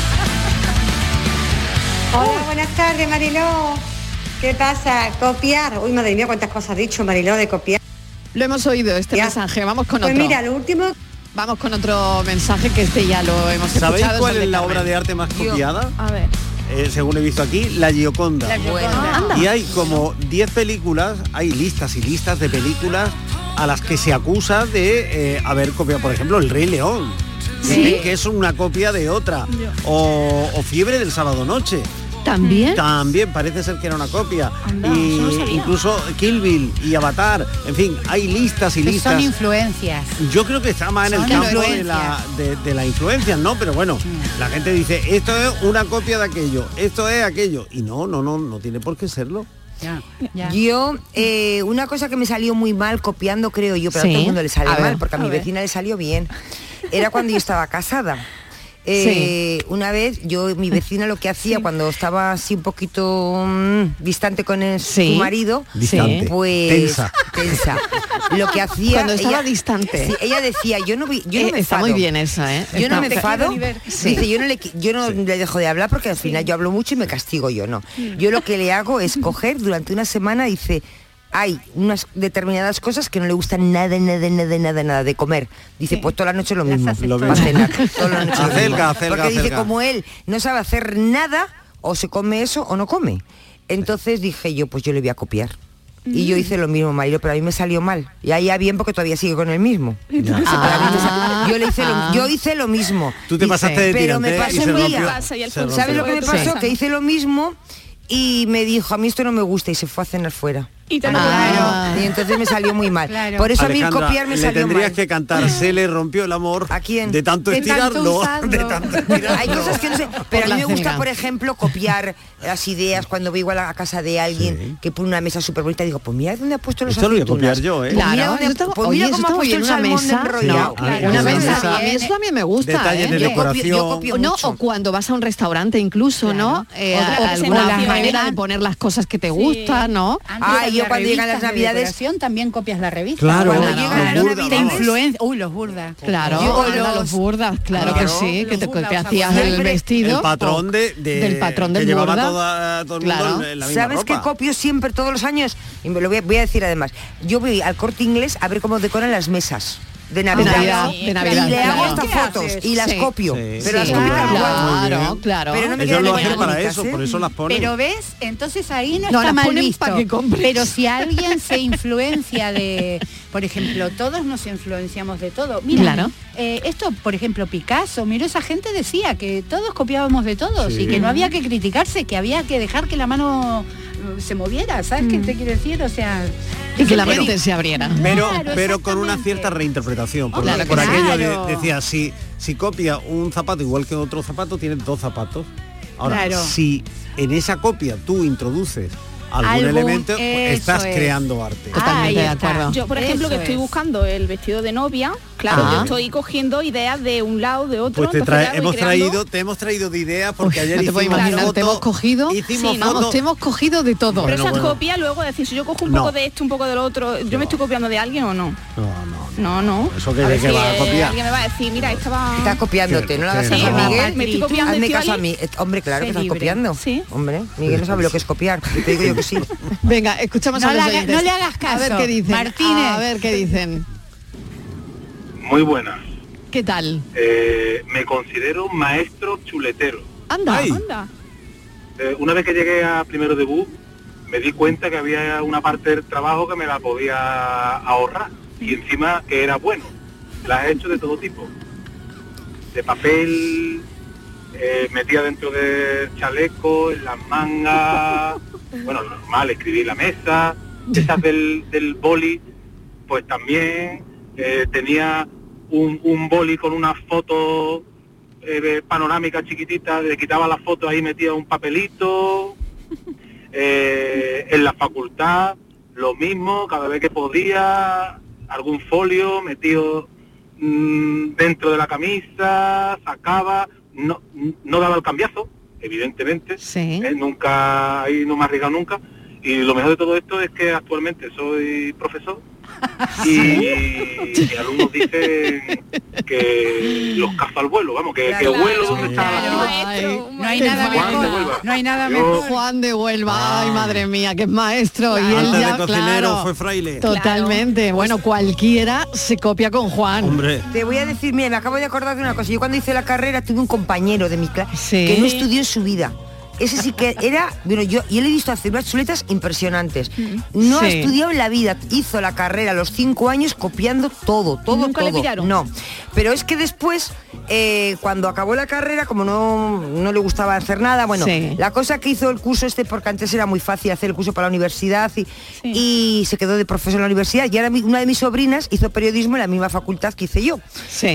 Speaker 26: Hola, buenas tardes, Mariló. ¿Qué pasa? Copiar. Uy, madre mía, cuántas cosas has dicho, Mariló, de copiar.
Speaker 20: Lo hemos oído, este mensaje. Vamos con
Speaker 26: Pues
Speaker 20: otro.
Speaker 26: mira, lo último...
Speaker 20: Vamos con otro mensaje que este ya lo hemos escuchado. Ah,
Speaker 21: ¿Sabéis cuál
Speaker 20: el
Speaker 21: es
Speaker 20: de
Speaker 21: la
Speaker 20: Carmen.
Speaker 21: obra de arte más copiada?
Speaker 20: A ver.
Speaker 21: Eh, según he visto aquí, La Gioconda.
Speaker 20: La Gioconda. Anda.
Speaker 21: Y hay como 10 películas, hay listas y listas de películas a las que se acusa de eh, haber copiado, por ejemplo, El Rey León.
Speaker 20: Sí.
Speaker 21: Dicen que es una copia de otra. O, o Fiebre del Sábado Noche.
Speaker 20: También.
Speaker 21: También parece ser que era una copia.
Speaker 4: Anda,
Speaker 21: y
Speaker 4: eso no sabía.
Speaker 21: incluso Kill Bill y Avatar. En fin, hay listas y listas.
Speaker 4: Son influencias.
Speaker 21: Yo creo que está más en el
Speaker 4: Son
Speaker 21: campo de la, de, de la influencia, ¿no? Pero bueno,
Speaker 23: Mm.
Speaker 21: la gente dice, esto es una copia de aquello, esto es aquello. Y no, no, no, no tiene por qué serlo.
Speaker 23: Yo, eh, una cosa que me salió muy mal copiando, creo yo, pero a
Speaker 21: Sí.
Speaker 23: todo el mundo le sale
Speaker 21: A ver,
Speaker 23: mal, porque a,
Speaker 21: a
Speaker 23: mi
Speaker 21: ver.
Speaker 23: vecina le salió bien, era cuando yo estaba
Speaker 20: [LAUGHS]
Speaker 23: casada. Eh, Una vez yo, mi vecina lo que hacía cuando estaba así un poquito mm, distante con el-
Speaker 20: Sí.
Speaker 23: su marido,
Speaker 20: Distante.
Speaker 23: pues
Speaker 20: Tensa.
Speaker 23: tensa. Lo que hacía.
Speaker 20: Cuando estaba distante.
Speaker 23: Sí, ella decía, yo no, vi- yo no
Speaker 20: Eh,
Speaker 23: me
Speaker 20: está muy
Speaker 23: enfado".
Speaker 20: bien esa, ¿eh?
Speaker 23: Yo no
Speaker 20: Está-
Speaker 23: me enfado.
Speaker 20: Sí.
Speaker 23: Dice, yo no, le, qui- yo no le dejo de hablar porque al final yo hablo mucho y me castigo yo, no. Yo lo que le hago es coger durante una semana, dice, hay unas determinadas cosas que no le gustan nada, nada, nada, nada, nada de comer. Dice, pues toda la noche lo mismo. Lo
Speaker 21: mismo.
Speaker 23: cenar, toda la
Speaker 21: [LAUGHS]
Speaker 23: noche lo
Speaker 21: Acelga,
Speaker 23: mismo.
Speaker 21: acelga,
Speaker 23: Porque dice,
Speaker 21: acelga.
Speaker 23: como él no sabe hacer nada, o se come eso o no come. Entonces dije yo, pues yo le voy a copiar. Y yo hice lo mismo, Mario, pero a mí me salió mal. Y ahí ya bien porque todavía sigue con el mismo.
Speaker 20: Ah.
Speaker 23: Yo, le hice
Speaker 20: Ah.
Speaker 23: lo, yo hice lo mismo.
Speaker 21: Tú te
Speaker 23: Dice,
Speaker 21: pasaste de
Speaker 23: Pero me
Speaker 21: tirante ¿eh?
Speaker 23: pasó
Speaker 21: y se
Speaker 23: un
Speaker 21: rompió.
Speaker 23: día.
Speaker 21: Pasa y al Se fondo
Speaker 23: ¿Sabes
Speaker 21: rompió.
Speaker 23: lo que me
Speaker 20: Sí.
Speaker 23: pasó? Que hice lo mismo y me dijo, a mí esto no me gusta y se fue a cenar fuera.
Speaker 20: Y
Speaker 23: Claro. Y entonces me salió muy mal. Por eso a mí
Speaker 21: Alejandra,
Speaker 23: el copiar me
Speaker 21: le
Speaker 23: salió
Speaker 21: tendrías
Speaker 23: mal.
Speaker 21: que cantar, se le rompió el amor. ¿A quién? De tanto
Speaker 23: De tanto
Speaker 21: estirarlo. [LAUGHS]
Speaker 23: usarlo.
Speaker 21: de tanto-
Speaker 23: Hay cosas que no
Speaker 21: [LAUGHS]
Speaker 23: sé, pero a
Speaker 21: la
Speaker 23: mí me gusta,
Speaker 21: cena.
Speaker 23: por ejemplo, copiar las ideas cuando voy igual a la casa de alguien que pone una mesa súper bonita digo, pues mira dónde ha puesto los
Speaker 21: Esto lo voy a
Speaker 23: aceitunas.
Speaker 21: copiar yo, ¿eh?
Speaker 23: Pues mira,
Speaker 20: Claro,
Speaker 23: dónde ha-
Speaker 20: eso está-
Speaker 23: pues
Speaker 20: oye,
Speaker 23: mira
Speaker 20: eso
Speaker 23: cómo
Speaker 20: está
Speaker 23: ha
Speaker 20: muy
Speaker 23: puesto
Speaker 20: bien,
Speaker 23: el
Speaker 20: una
Speaker 23: salmón
Speaker 20: mesa,
Speaker 23: enrollado.
Speaker 20: ¿no? Claro, una mesa. A mí eso también me gusta.
Speaker 21: Detalles
Speaker 20: ¿eh?
Speaker 21: de
Speaker 20: Yo copio-
Speaker 21: decoración.
Speaker 20: yo copio
Speaker 23: No,
Speaker 20: o cuando vas a un restaurante incluso, ¿no? Eh,
Speaker 4: Otra
Speaker 20: a- alguna
Speaker 4: presentación.
Speaker 20: manera de poner las cosas que te gustan, ¿no?
Speaker 4: Antes
Speaker 23: Ah,
Speaker 4: había
Speaker 23: yo cuando llegan las
Speaker 4: revistas de
Speaker 23: Navidades-
Speaker 4: decoración, también copias la revista.
Speaker 20: Claro,
Speaker 4: Cuando
Speaker 20: claro.
Speaker 4: llegan
Speaker 20: Los
Speaker 4: las
Speaker 20: burdas,
Speaker 4: Navidades,
Speaker 20: vamos.
Speaker 4: te influen- Uy, los burda.
Speaker 20: Claro,
Speaker 4: Yo
Speaker 20: anda, los burdas, claro, que sí, que te, te hacías el vestido.
Speaker 21: El patrón
Speaker 20: o-
Speaker 21: de, de-
Speaker 20: del patrón
Speaker 21: que
Speaker 20: del
Speaker 21: llevaba
Speaker 20: burda.
Speaker 21: toda- todo el mundo
Speaker 20: Claro.
Speaker 21: en la misma
Speaker 23: ¿Sabes qué
Speaker 21: ropa.
Speaker 23: copio siempre todos los años? Y me lo voy a, voy a decir además. Yo voy al corte inglés a ver cómo decoran las mesas. De Navidad,
Speaker 20: Navidad, Ah, de Navidad,
Speaker 23: y le hago
Speaker 20: claro.
Speaker 23: hasta
Speaker 20: ¿Qué
Speaker 23: fotos
Speaker 20: haces?
Speaker 23: y las
Speaker 20: Sí.
Speaker 23: copio
Speaker 20: Sí.
Speaker 23: pero las
Speaker 20: Sí.
Speaker 23: copio tal cual.
Speaker 20: Claro, Muy bien. claro.
Speaker 23: pero no me
Speaker 21: Ellos
Speaker 23: quedan
Speaker 21: lo
Speaker 23: igual de
Speaker 21: hacen para
Speaker 23: bonitas,
Speaker 21: eso,
Speaker 23: ¿eh?
Speaker 21: por eso las ponen.
Speaker 4: Pero ves, entonces ahí no,
Speaker 20: No,
Speaker 4: está
Speaker 20: las
Speaker 4: mal
Speaker 20: ponen
Speaker 4: visto.
Speaker 20: pa' que compres.
Speaker 4: Pero si alguien se influencia de, por ejemplo, todos nos influenciamos de todo. Mira,
Speaker 20: Claro.
Speaker 4: eh, esto, por ejemplo, Picasso, miró esa gente decía que todos copiábamos de todos
Speaker 1: Sí.
Speaker 4: y que no había que criticarse, que había que dejar que la mano eh, se moviera, ¿sabes qué te quiero decir? O sea,
Speaker 20: Mm. Y que la
Speaker 4: Pero-
Speaker 20: mente se abriera.
Speaker 21: Pero,
Speaker 4: Claro,
Speaker 21: pero con una cierta reinterpretación. Por,
Speaker 20: Claro que
Speaker 21: por
Speaker 20: sí.
Speaker 21: aquello
Speaker 20: Claro.
Speaker 21: de, decía, si, si copia un zapato igual que otro zapato, tienes dos zapatos. Ahora,
Speaker 4: Claro.
Speaker 21: si en esa copia tú introduces algún,
Speaker 4: Algún-
Speaker 21: elemento, pues
Speaker 4: eso
Speaker 21: estás
Speaker 4: es.
Speaker 21: creando arte.
Speaker 4: Totalmente Ahí de está. acuerdo.
Speaker 24: Yo, por ejemplo,
Speaker 4: Eso
Speaker 24: que estoy
Speaker 4: es.
Speaker 24: buscando el vestido de novia, Claro,
Speaker 21: Ah.
Speaker 24: yo estoy cogiendo ideas de un lado, de otro.
Speaker 21: Pues te
Speaker 24: entonces,
Speaker 21: trae-
Speaker 24: claro, voy
Speaker 21: hemos
Speaker 24: creando-
Speaker 21: traído, te hemos traído de ideas porque
Speaker 20: Uy,
Speaker 21: ayer
Speaker 20: no te puedo
Speaker 21: hicimos
Speaker 20: imaginar, te
Speaker 21: foto-
Speaker 20: hemos cogido,
Speaker 21: hicimos
Speaker 20: Sí, vamos,
Speaker 21: foto-
Speaker 20: te hemos cogido de todo.
Speaker 21: Bueno,
Speaker 24: Pero esas
Speaker 21: bueno.
Speaker 24: copias luego decir, si yo cojo un
Speaker 21: No.
Speaker 24: poco de esto, un poco del otro, ¿yo me estoy copiando de alguien o no?
Speaker 21: No, no.
Speaker 24: No, no.
Speaker 21: Eso
Speaker 24: A
Speaker 21: que de
Speaker 24: ver
Speaker 21: que
Speaker 24: si,
Speaker 21: va a
Speaker 24: eh,
Speaker 21: copiar.
Speaker 24: Alguien me va a decir, mira, esta va...
Speaker 23: Estás copiándote, no lo hagas
Speaker 24: Sí,
Speaker 23: caso a
Speaker 24: me-
Speaker 23: Miguel.
Speaker 24: me estoy copiando
Speaker 23: Hazme
Speaker 24: de
Speaker 23: caso a
Speaker 24: Fioli.
Speaker 23: mí. Eh, Hombre, claro que
Speaker 20: Sé
Speaker 23: estás
Speaker 20: libre.
Speaker 23: copiando. Hombre, Miguel no sabe lo que es copiar. Yo te digo yo que sí.
Speaker 20: Venga, escuchamos
Speaker 23: No
Speaker 20: a
Speaker 23: le
Speaker 20: los
Speaker 23: haga-
Speaker 20: oyentes.
Speaker 23: no le hagas
Speaker 20: A ver
Speaker 23: caso,
Speaker 20: qué dicen.
Speaker 23: Martínez.
Speaker 20: A ver qué dicen.
Speaker 29: Muy buena.
Speaker 20: ¿Qué tal?
Speaker 29: Eh, me considero un maestro chuletero.
Speaker 20: Anda,
Speaker 29: Ay.
Speaker 20: anda.
Speaker 29: Eh, una vez que llegué a primero de BU, me di cuenta que había una parte del trabajo que me la podía ahorrar y encima que era bueno. Las he hecho de todo tipo. De papel, eh, metía dentro del chaleco, en las mangas, bueno, lo normal, escribí en la mesa, esas del, del boli, pues también eh, tenía un, un boli con una foto eh, panorámica chiquitita, le quitaba la foto ahí metía un papelito. Eh, en la facultad lo mismo, cada vez que podía, algún folio metido mm, dentro de la camisa, sacaba, no, no daba el cambiazo, evidentemente, Eh, nunca, ahí no me he arriesgado nunca. Y lo mejor de todo esto es que actualmente soy profesor y, y alumnos dicen que los cazo al vuelo, vamos, que, que vuelo donde está la
Speaker 20: no
Speaker 29: hay nada mejor, de Huelva.
Speaker 20: No hay nada
Speaker 29: Yo- mejor.
Speaker 20: Juan de Huelva, ay madre mía, que es maestro. Y él
Speaker 21: Antes
Speaker 20: ya,
Speaker 21: de cocinero
Speaker 20: claro,
Speaker 21: fue fraile.
Speaker 20: Totalmente. Bueno, cualquiera se copia con Juan.
Speaker 21: Hombre.
Speaker 23: Te voy a decir, mira, me acabo de acordar de una cosa. Yo cuando hice la carrera tuve un compañero de mi clase que no estudió en su vida. Ese sí que era, bueno, yo, yo le he visto hacer unas chuletas impresionantes. No ha
Speaker 30: Sí.
Speaker 23: estudiado en la vida, hizo la carrera a los cinco años copiando todo, todo,
Speaker 30: ¿Nunca le
Speaker 23: todo.
Speaker 30: pillaron?
Speaker 23: No, pero es que después, eh, cuando acabó la carrera, como no, no le gustaba hacer nada, bueno,
Speaker 30: Sí.
Speaker 23: la cosa que hizo el curso este, porque antes era muy fácil hacer el curso para la universidad y, y se quedó de profesor en la universidad. Y ahora mi- una de mis sobrinas hizo periodismo en la misma facultad que hice yo.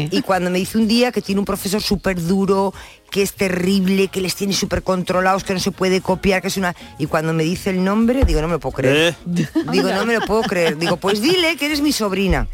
Speaker 23: Y cuando me dice un día que tiene un profesor súper duro, que es terrible, que les tiene súper controlados, que no se puede copiar, que es una... Y cuando me dice el nombre, digo, no me lo puedo
Speaker 30: ¿Eh?
Speaker 23: creer. Digo, no me lo puedo creer. Digo, pues dile que eres mi sobrina.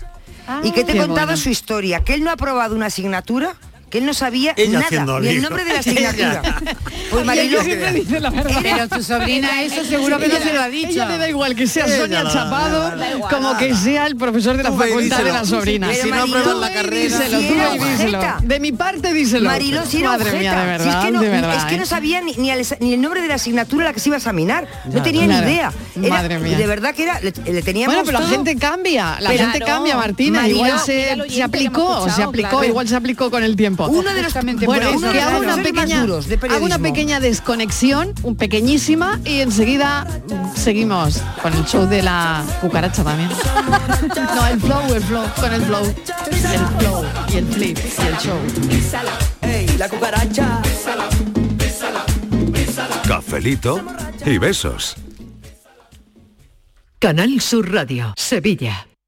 Speaker 23: y que te
Speaker 30: Ah. qué
Speaker 23: contaba
Speaker 30: bueno.
Speaker 23: su historia, que él no ha aprobado una asignatura, que él no sabía
Speaker 30: Ella haciendo
Speaker 23: nada,
Speaker 30: el
Speaker 23: ni el
Speaker 30: libro.
Speaker 23: nombre de la asignatura.
Speaker 30: [LAUGHS] Ella.
Speaker 23: pues
Speaker 30: Y ella
Speaker 23: Mariló,
Speaker 30: siempre dice la verdad. Pero tu
Speaker 20: [LAUGHS]
Speaker 30: sobrina eso seguro que no se lo ha dicho.
Speaker 20: Ella le da igual que sea
Speaker 30: Ella
Speaker 20: Sonia
Speaker 30: no, no,
Speaker 20: Chapado,
Speaker 30: no, no, no,
Speaker 20: como
Speaker 30: no.
Speaker 20: que sea el profesor de la
Speaker 30: Tú ve y
Speaker 20: facultad de
Speaker 30: díselo.
Speaker 20: la sobrina.
Speaker 30: Si no Pero apruebas
Speaker 20: Tú
Speaker 30: la
Speaker 20: ve y
Speaker 30: carrera,
Speaker 20: díselo,
Speaker 30: si
Speaker 20: tú
Speaker 30: era
Speaker 20: ve y díselo.
Speaker 23: objeta.
Speaker 20: De mi parte díselo.
Speaker 23: Mariló, si era
Speaker 20: Madre mía,
Speaker 23: ojeta. Si
Speaker 20: de verdad,
Speaker 23: es que no,
Speaker 20: de verdad.
Speaker 23: es que no
Speaker 20: ¿eh?
Speaker 23: sabía ni, ni el, ni el nombre de la asignatura a la que se iba a examinar.
Speaker 20: Nada.
Speaker 23: No tenía
Speaker 20: Claro.
Speaker 23: ni idea. Era-
Speaker 20: Madre mía.
Speaker 23: De verdad que era, le, le teníamos
Speaker 20: Bueno, pero la
Speaker 23: todo.
Speaker 20: gente cambia, la
Speaker 23: Pero-
Speaker 20: gente
Speaker 23: Claro.
Speaker 20: cambia, Martina.
Speaker 23: Mariló,
Speaker 20: igual
Speaker 23: mira
Speaker 20: se,
Speaker 23: el oyente
Speaker 20: se
Speaker 23: que hemos
Speaker 20: aplicó,
Speaker 23: escuchado,
Speaker 20: se aplicó,
Speaker 23: claro.
Speaker 20: igual se aplicó con el tiempo.
Speaker 23: Uno de los- Justamente por
Speaker 20: bueno,
Speaker 23: eso.
Speaker 20: que hago
Speaker 23: Uno de los
Speaker 20: una
Speaker 23: profesores más
Speaker 20: pequeña,
Speaker 23: duros de
Speaker 20: hago una
Speaker 23: periodismo.
Speaker 20: pequeña desconexión, un
Speaker 4: [LAUGHS]
Speaker 20: pequeñísima, y enseguida mm, seguimos con el show de la cucaracha también. no, el flow, el flow, con el flow, el flow y el flip y el show. la cucaracha.
Speaker 5: Cafelito y besos.
Speaker 31: Canal Sur Radio, Sevilla.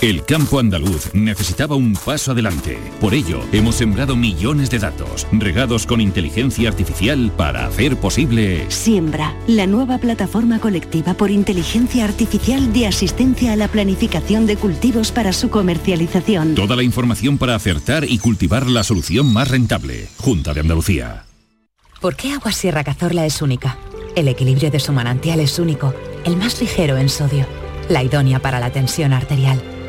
Speaker 14: El campo andaluz necesitaba un paso adelante. Por ello, hemos sembrado millones de datos, regados con inteligencia artificial para hacer posible...
Speaker 32: Siembra, la nueva plataforma colectiva por inteligencia artificial de asistencia a la planificación de cultivos para su comercialización.
Speaker 14: Toda la información para acertar y cultivar la solución más rentable. Junta de Andalucía.
Speaker 8: ¿Por qué Agua Sierra Cazorla es única? El equilibrio de su manantial es único, el más ligero en sodio, la idónea para la tensión arterial,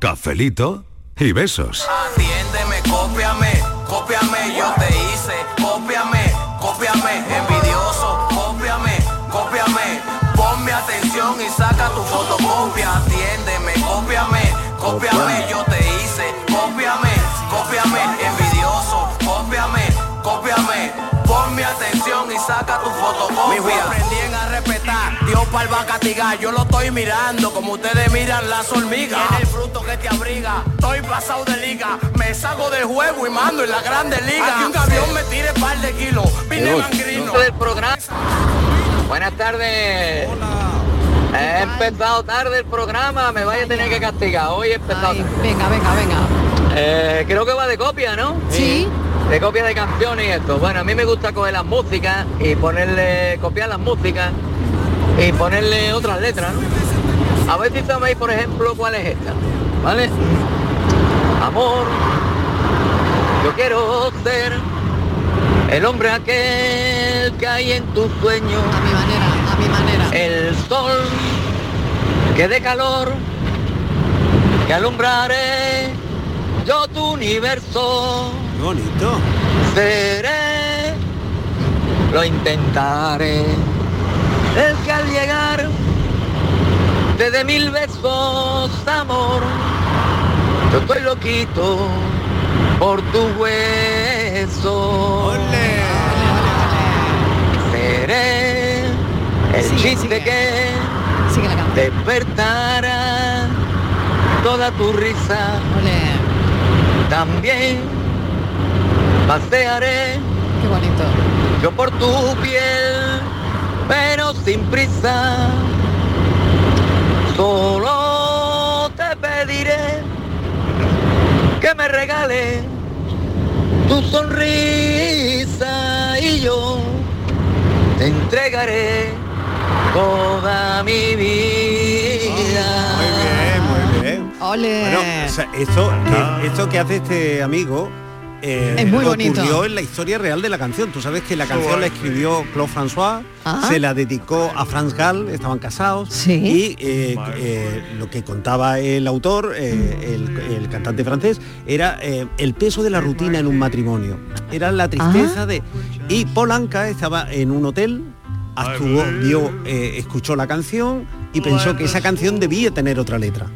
Speaker 33: Cafelito y besos.
Speaker 28: Atiéndeme, cópiame, cópiame, yo te hice, cópiame, cópiame, envidioso, cópiame, cópiame, ponme atención y saca tu fotocopia, atiéndeme, cópiame, cópiame, yo te hice, cópiame, cópiame, envidioso, cópiame, cópiame, ponme atención y saca tu fotocopia.
Speaker 34: Mi hijo,
Speaker 28: aprendí a respetar, Dios pal va a castigar, yo lo estoy mirando como ustedes miran las hormigas. En el fruto que te abriga, estoy pasado de liga, me salgo del juego y mando en la grande liga. Aquí un avión me tire par de kilos, vine
Speaker 12: Me voy.
Speaker 28: mangrino.
Speaker 12: Del programa. Buenas tardes. He empezado tarde el programa, me vaya a tener que castigar. Hoy he empezado tarde.
Speaker 20: Venga, venga, venga.
Speaker 12: Eh, creo que va de copia, ¿no?
Speaker 20: Sí.
Speaker 12: De copias de canciones y esto. Bueno, a mí me gusta coger las músicas y ponerle, copiar las músicas y ponerle otras letras, ¿no? A ver si sabéis, por ejemplo, cuál es esta, ¿vale? Amor, yo quiero ser el hombre aquel que hay en tus sueños. A mi manera, a mi manera. El sol que de calor, que alumbraré yo tu universo.
Speaker 21: Bonito.
Speaker 12: Seré, lo intentaré. El que al llegar, desde mil besos, amor, yo estoy loquito por tu hueso. Seré el chiste que despertará toda tu risa. También pasearé
Speaker 20: Qué bonito.
Speaker 12: yo por tu piel, pero sin prisa. Solo te pediré que me regales tu sonrisa y yo te entregaré toda mi vida.
Speaker 20: Ole.
Speaker 21: Bueno, o sea, esto, que, esto que hace este amigo eh,
Speaker 20: Es muy bonito.
Speaker 21: ocurrió en la historia real de la canción. Tú sabes que la canción la escribió Claude François,
Speaker 20: Ah.
Speaker 21: se la dedicó a Franz Gall, estaban casados, y eh, eh, lo que contaba el autor, eh, el, el cantante francés, era eh, el peso de la rutina en un matrimonio. Era la tristeza
Speaker 20: Ah.
Speaker 21: de... Y Polanca estaba en un hotel, actuó, vio, eh, escuchó la canción y pensó que esa canción debía tener otra letra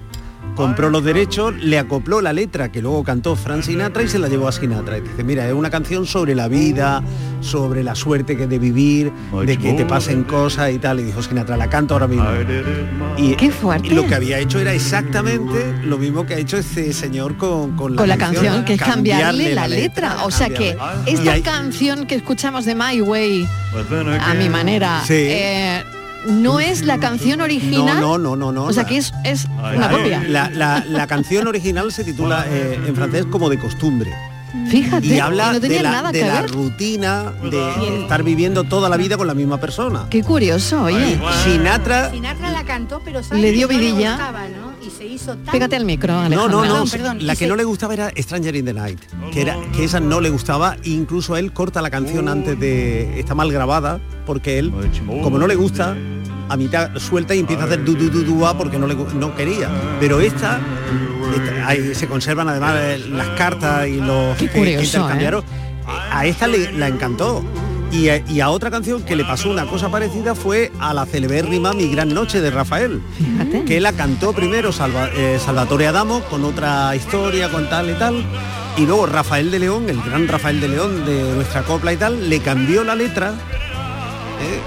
Speaker 21: compró los derechos, le acopló la letra que luego cantó Frank Sinatra y se la llevó a Sinatra. Y dice, mira, es una canción sobre la vida, sobre la suerte que de vivir, de que te pasen cosas y tal. Y dijo Sinatra, la canto ahora mismo. Y
Speaker 20: Qué fuerte.
Speaker 21: lo que había hecho era exactamente lo mismo que ha hecho este señor con,
Speaker 20: con la canción, que es cambiarle la letra. O sea que
Speaker 21: cambiarle. Y
Speaker 20: esta
Speaker 21: ahí-
Speaker 20: canción que escuchamos de My Way, a mi manera,
Speaker 21: Sí.
Speaker 20: eh, no es la canción original.
Speaker 21: No, no, no, no, no.
Speaker 20: O sea
Speaker 21: La-
Speaker 20: que es, es una
Speaker 21: Claro,
Speaker 20: copia.
Speaker 21: La, la- la canción original se titula eh, en francés como de costumbre.
Speaker 20: Fíjate,
Speaker 21: y habla
Speaker 20: y no tenía
Speaker 21: de la,
Speaker 20: nada
Speaker 21: de
Speaker 20: que
Speaker 21: la
Speaker 20: ver.
Speaker 21: rutina de, de estar viviendo toda la vida con la misma persona.
Speaker 20: Qué curioso, oye.
Speaker 21: Sinatra
Speaker 4: Sinatra la cantó, pero ¿sabes
Speaker 20: Le
Speaker 4: que
Speaker 20: dio
Speaker 4: no le
Speaker 20: vidilla.
Speaker 4: gustaba, ¿no? Y se hizo tan...
Speaker 20: Pégate al micro,
Speaker 21: No,
Speaker 20: Alejandra.
Speaker 21: no, no.
Speaker 4: Perdón, perdón,
Speaker 21: la
Speaker 4: y
Speaker 21: que
Speaker 4: se-
Speaker 21: no le gustaba era Stranger in the Night, que era que esa no le gustaba, incluso él corta la canción antes de está mal grabada porque él como no le gusta a mitad suelta y empieza a hacer du du du du ah, porque no le gu- no quería. Pero esta, esta- ahí se conservan además eh, las cartas y los
Speaker 20: Qué
Speaker 21: que- que
Speaker 20: curioso, eh.
Speaker 21: intercambiaron. A esta le, la encantó. Y a, y a otra canción que le pasó una cosa parecida fue a la celebérrima Mi Gran Noche de Rafael, que la cantó primero Salva- eh, Salvatore Adamo con otra historia, con tal y tal. Y luego Rafael de León, el gran Rafael de León de nuestra copla y tal, le cambió la letra ¿eh?